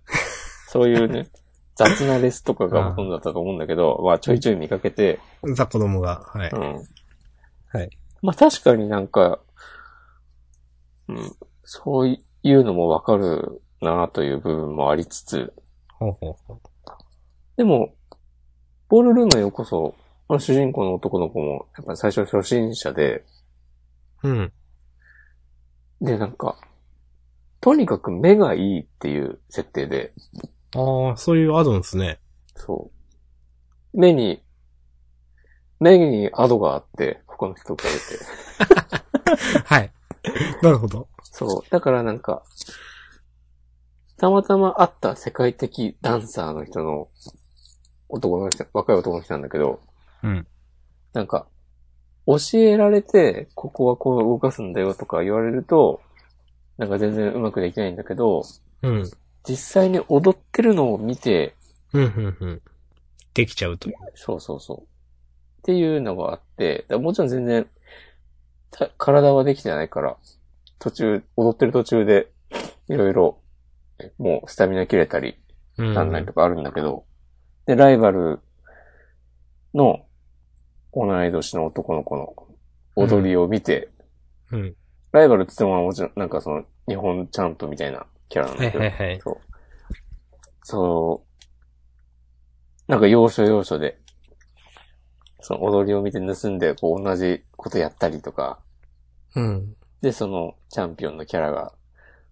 B: そういうね、雑なレスとかがほとんどだったと思うんだけど、まあちょいちょい見かけて、。
A: ザ子供が。はいう
B: ん。
A: はい。
B: まあ確かになんか、うん、そういうのもわかるなという部分もありつつ、
A: ほうほうほう。
B: でも、ボールルームへようこそ、あの主人公の男の子も、やっぱり最初初心者で、
A: うん。
B: で、なんか、とにかく目がいいっていう設定で、
A: ああ、そういうアドンですね。
B: そう。目に、目にアドがあって、他の人と比べて。
A: はい。なるほど。
B: そう。だからなんか、たまたま会った世界的ダンサーの人の、男の人、若い男の人なんだけど、
A: うん。
B: なんか、教えられて、ここはこう動かすんだよとか言われると、なんか全然うまくできないんだけど、
A: うん。
B: 実際に踊ってるのを見て、
A: うん、うん、うん。できちゃうという。
B: そうそうそう。っていうのがあって、だからもちろん全然、た体はできてないから、途中、踊ってる途中で、いろいろ、えもうスタミナ切れたり、
A: うん。
B: なんないとかあるんだけど、で、ライバルの同い年の男の子の踊りを見て、
A: うん。
B: ライバルって言ってももちろん、なんかその、日本チャンプみたいなキャラなん
A: は
B: だ
A: い
B: けど、
A: はいはい。
B: そう。そう、なんか要所要所で、その踊りを見て盗んで、こう同じことやったりとか、
A: うん。
B: で、そのチャンピオンのキャラが、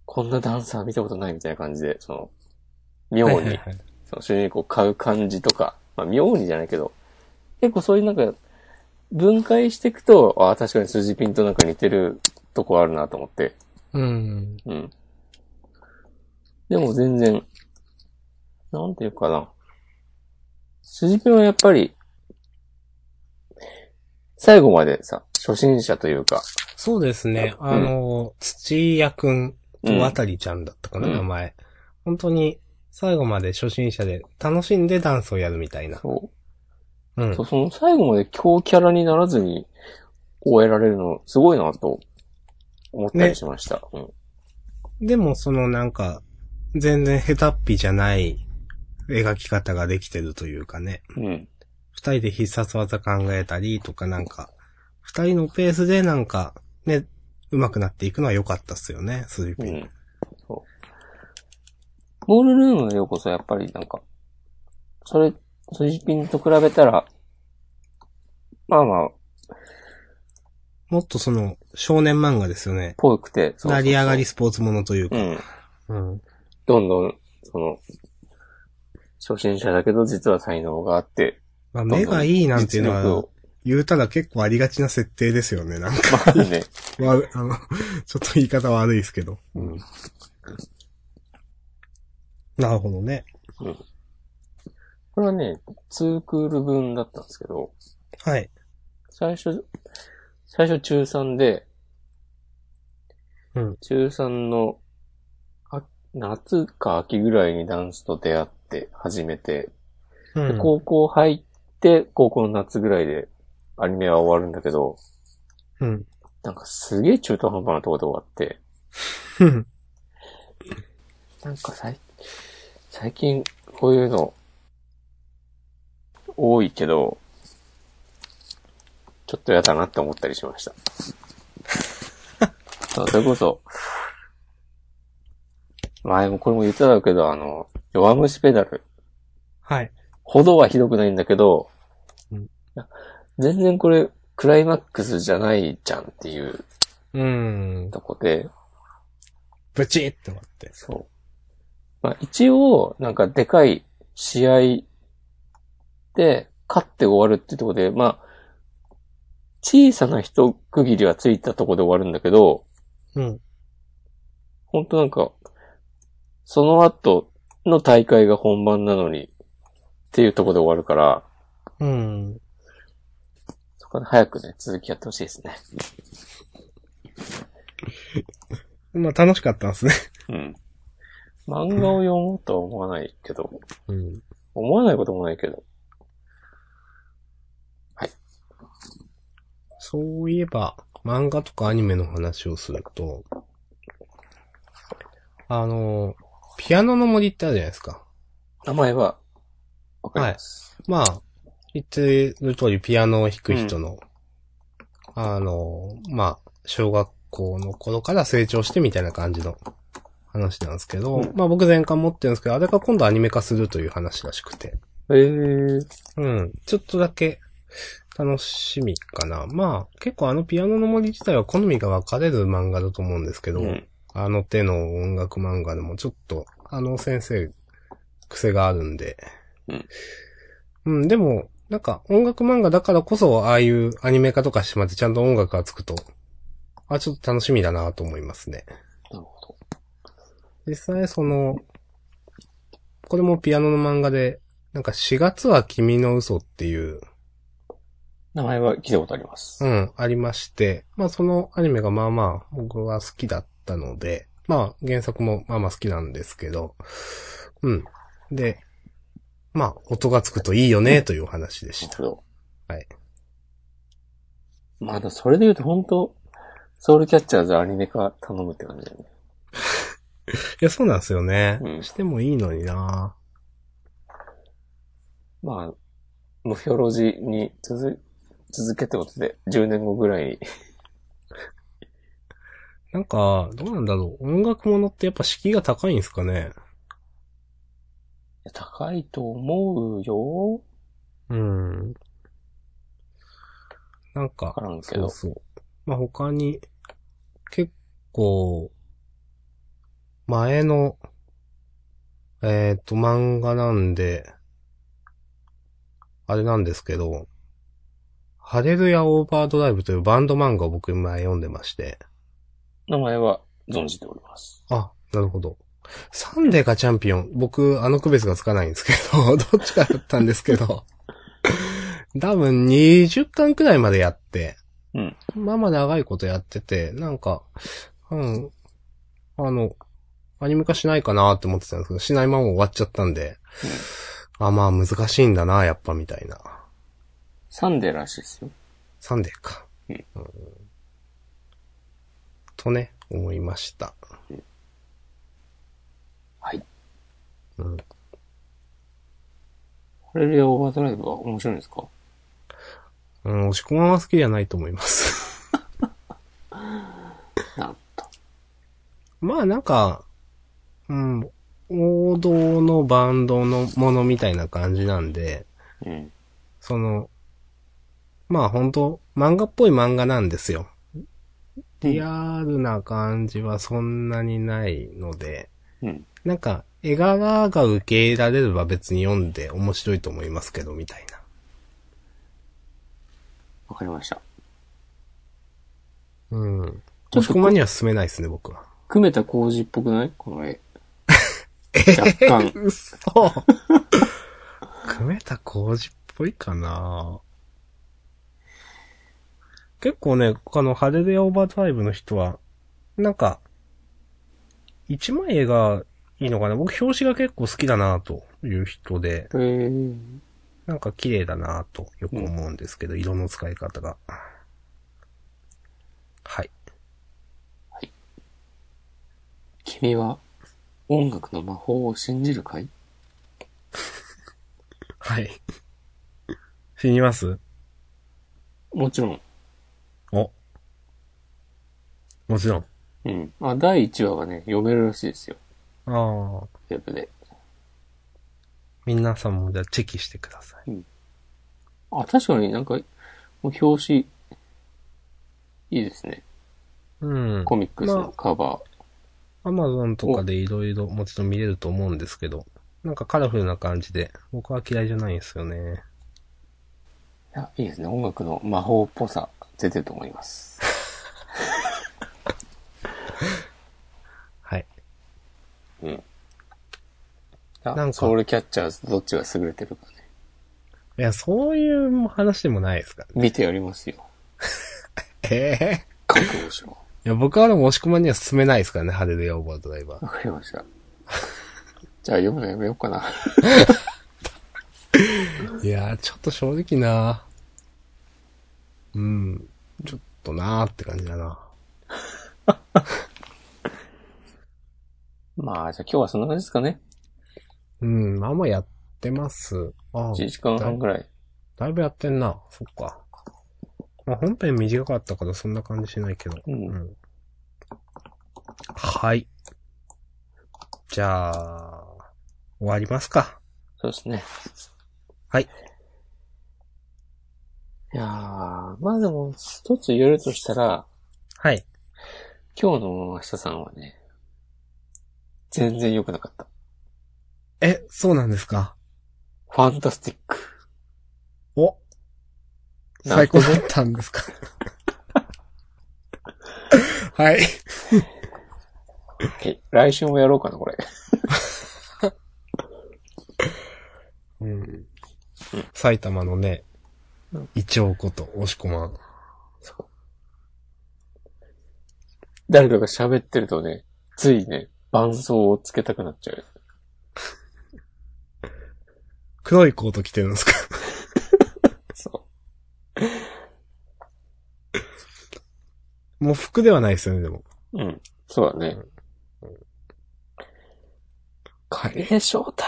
B: こんなダンサー見たことないみたいな感じで、その、妙
A: はい
B: に
A: はいはい
B: その主人公を買う感じとか、まあ妙にじゃないけど、結構そういうなんか、分解していくと、ああ、確かに筋ピンとなんか似てるとこあるなと思って、
A: うん。
B: うん。でも全然、なんていうかな。筋ピンはやっぱり、最後までさ、初心者というか、
A: そうですね。あの、土屋くん
B: う
A: と
B: ん
A: 渡りちゃんだったかな、
B: うん
A: 名前。本当に、最後まで初心者で楽しんでダンスをやるみたいな。
B: そうう。
A: ん
B: そ。その最後まで強キャラにならずに終えられるの、すごいなと思ったりしました。うん。
A: でも、そのなんか、全然下手っぴじゃない描き方ができてるというかね。
B: うん。
A: 二人で必殺技考えたりとかなんか、二人のペースでなんか、ね、上手くなっていくのは良かったっすよね、スリ
B: う
A: ピン。
B: ん。そう。ボールルームようこそやっぱりなんか、それ、スジピンと比べたら、まあまあ、
A: もっとその、少年漫画ですよね。
B: ぽくて、そうそうそう
A: 成り上がり。スポーツものという
B: う
A: か。
B: ん。
A: うん。
B: どんどん、その、初心者だけど実は才能があって、
A: まあ、目がいいなんていうの
B: 実力
A: は
B: を、
A: 言うたら結構ありがちな設定ですよね、なんか。
B: まあ ね、
A: わあの、ちょっと言い方悪いですけど。
B: うん。
A: なるほどね。
B: これはね、2クール分だったんですけど、
A: はい。
B: 最初、最初中3で、
A: うん
B: 中3の、あ夏か秋ぐらいにダンスと出会って始めて、
A: う
B: で高校入って、高校の夏ぐらいでアニメは終わるんだけど、
A: うん。
B: なんかすげえ中途半端なところで終
A: う
B: わって、
A: ん。
B: なんか最、最近こういうの多いけど、ちょっと嫌だなって思ったりしま した。そうそれこそ、前もこれも言ってただろうけど、あの、弱虫ペダル
A: はい。
B: ほどはひどくないんだけど、
A: うん
B: いや全然これクライマックスじゃないじゃんっていう
A: うん。
B: とこで、
A: ブチって思って。
B: そう。まあ一応、なんかでかい試合で勝って終わるってとこで、まあ、小さな一区切りはついたとこで終わるんだけど、
A: うん。
B: ほんとなんか、その後の大会が本番なのに、っていうとこで終わるから、
A: うん。
B: そこで早くね、続きやってほしいですね。
A: まあ、楽しかったんですね。
B: うん。漫画を読もうとは思わないけど、
A: うん。
B: 思わないこともないけど、
A: そういえば、漫画とかアニメの話をすると、あの、ピアノの森ってあるじゃないですか。
B: 名前は、わかります。
A: まあ、言ってる通りピアノを弾く人の、あの、まあ、小学校の頃から成長してみたいな感じの話なんですけど、
B: うん
A: まあ僕全巻持ってるんですけど、あれが今度アニメ化するという話らしくて。
B: えー、
A: うん。ちょっとだけ楽しみかな。まあ、結構あのピアノの森自体は好みが分かれる漫画だと思うんですけど、
B: うん
A: あの手の音楽漫画でもちょっと、あの先生、癖があるんで。
B: うん。
A: うん、でも、なんか音楽漫画だからこそ、ああいうアニメ化とかしてまってちゃんと音楽がつくと、あ、ちょっと楽しみだなと思いますね。
B: なるほ
A: 実際その、これもピアノの漫画で、なんか4月は君の嘘っていう、
B: ど。名前は聞いたことあります。
A: うん、ありまして、まあそのアニメがまあまあ僕は好きだったので、まあ原作もまあまあ好きなんですけど、うん。で、まあ音がつくといいよねというお話でし
B: な る
A: た。
B: ほど。
A: はい。
B: まあ、でもそれで言うと本当ソウルキャッチャーズアニメ化頼むって感じだよね。
A: いや、そうなんですよね。
B: うん
A: してもいいのにな
B: まあ、ムフィオロジーに続、続けってことで、10年後ぐらいに。
A: なんか、どうなんだろう。音楽ものってやっぱ敷居が高いんですかね。
B: 高いと思うよ。
A: うん。なんか、
B: わからんけど
A: そうそう。まあ、他に、結構、前の、えっ、と、漫画なんで、あれなんですけど、ハレルヤオーバードライブというバンド漫画を僕前読んでまして、
B: 名前は存じております。
A: あ、なるほど。サンデーかチャンピオン。僕、あの区別がつかないんですけど、 どっちかだったんですけど。多分20巻くらいまでやって。
B: うん
A: まあまあ長いことやってて、なんか、うん。あの、アニメ化しないかなって思ってたんですけど、しないまま終わっちゃったんで。あ、まあ難しいんだな、やっぱみたいな。
B: サンデーらしいですよ。
A: サンデーか。
B: うん
A: うんとね、思いました。
B: はい。
A: うん
B: ハレルヤオーバードライブは面白いんですか
A: うん、押し込まんは好きじゃないと思います。
B: なるほど。
A: まあなんか、うん、王道のバンドのものみたいな感じなんで、
B: うん。
A: その、まあ本当漫画っぽい漫画なんですよ。リアルな感じはそんなにないので、
B: うん。
A: なんか、絵柄が受け入れられれば別に読んで面白いと思いますけど、みたいな。
B: わかりました。
A: うん。
B: ち
A: 押
B: ょっ
A: し
B: と
A: 込まんには進めないですね、僕は。
B: 久米田浩二っぽくないこの 絵。若干。
A: うっそ久米田浩二っぽいかな結構ね、このハレルヤオーバードライブの人は、なんか、一枚絵がいいのかな僕表紙が結構好きだなという人で、
B: えー、
A: なんか綺麗だなとよく思うんですけど、色の使い方が。はい。
B: 君は音楽の魔法を信じるかい
A: はい。死にます
B: もちろん。
A: お。もちろん。
B: うん。まあ、第1話がね、読めるらしいですよ。
A: ああ。
B: ウェブで。
A: 皆さんもじゃあチェキしてください。
B: あ、確かになんか、もう表紙、いいですね。
A: うん。
B: コミックスのカバ
A: アマゾンとかでいろいろもちろん見れると思うんですけど、なんかカラフルな感じで、僕は嫌いじゃないんですよね。
B: ー。いや、いいですね。音楽の魔法っぽさ、出てると思います。
A: はい。
B: うん。な
A: なんか
B: ソウルキャッチャーズとどっちが優れてるかね。
A: いや、そういう話でもないですからね。
B: 見てやりますよ。
A: ええ
B: 覚悟し ろ。
A: いや、僕はでも押し込まんには進めないですからね、ハレルヤオーバードライバー。
B: わかりました。じゃあ読むのやめようかな。
A: いやー、ちょっと正直なうん。ちょっとなーって感じだな。
B: まあ、じゃあ今日はそんな感じですかね。
A: うん、まあまあやってます。ああ
B: 1時間半くらい。
A: だいぶやってんな。そっか。まあ、本編短かったからそんな感じしないけど。
B: うん
A: んはい。じゃあ、終わりますか。
B: そうですね。
A: はい。
B: いやー、まあでも、一つ言えるとしたら、
A: はい。
B: 今日の明日さんはね、全然良くなかった。
A: え、そうなんですか
B: ファンタスティック。
A: お
B: なん
A: 最高だったんですかはい。
B: はい来週もやろうかな、これ。
A: うん、埼玉のね
B: うん、
A: イチョウこと、押し込まん。
B: そう誰かが喋ってるとね、ついね、伴奏をつけたくなっちゃう。
A: 黒いコート着てるんですかもう服ではないですよね、でも。
B: う。うん。そうだね。カレーショータ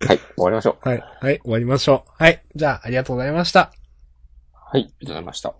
B: ーはい、終わりましょう。
A: はい。はい、終わりましょう。はい。じゃあ、ありがとうございました。
B: はい、ありがとうございました。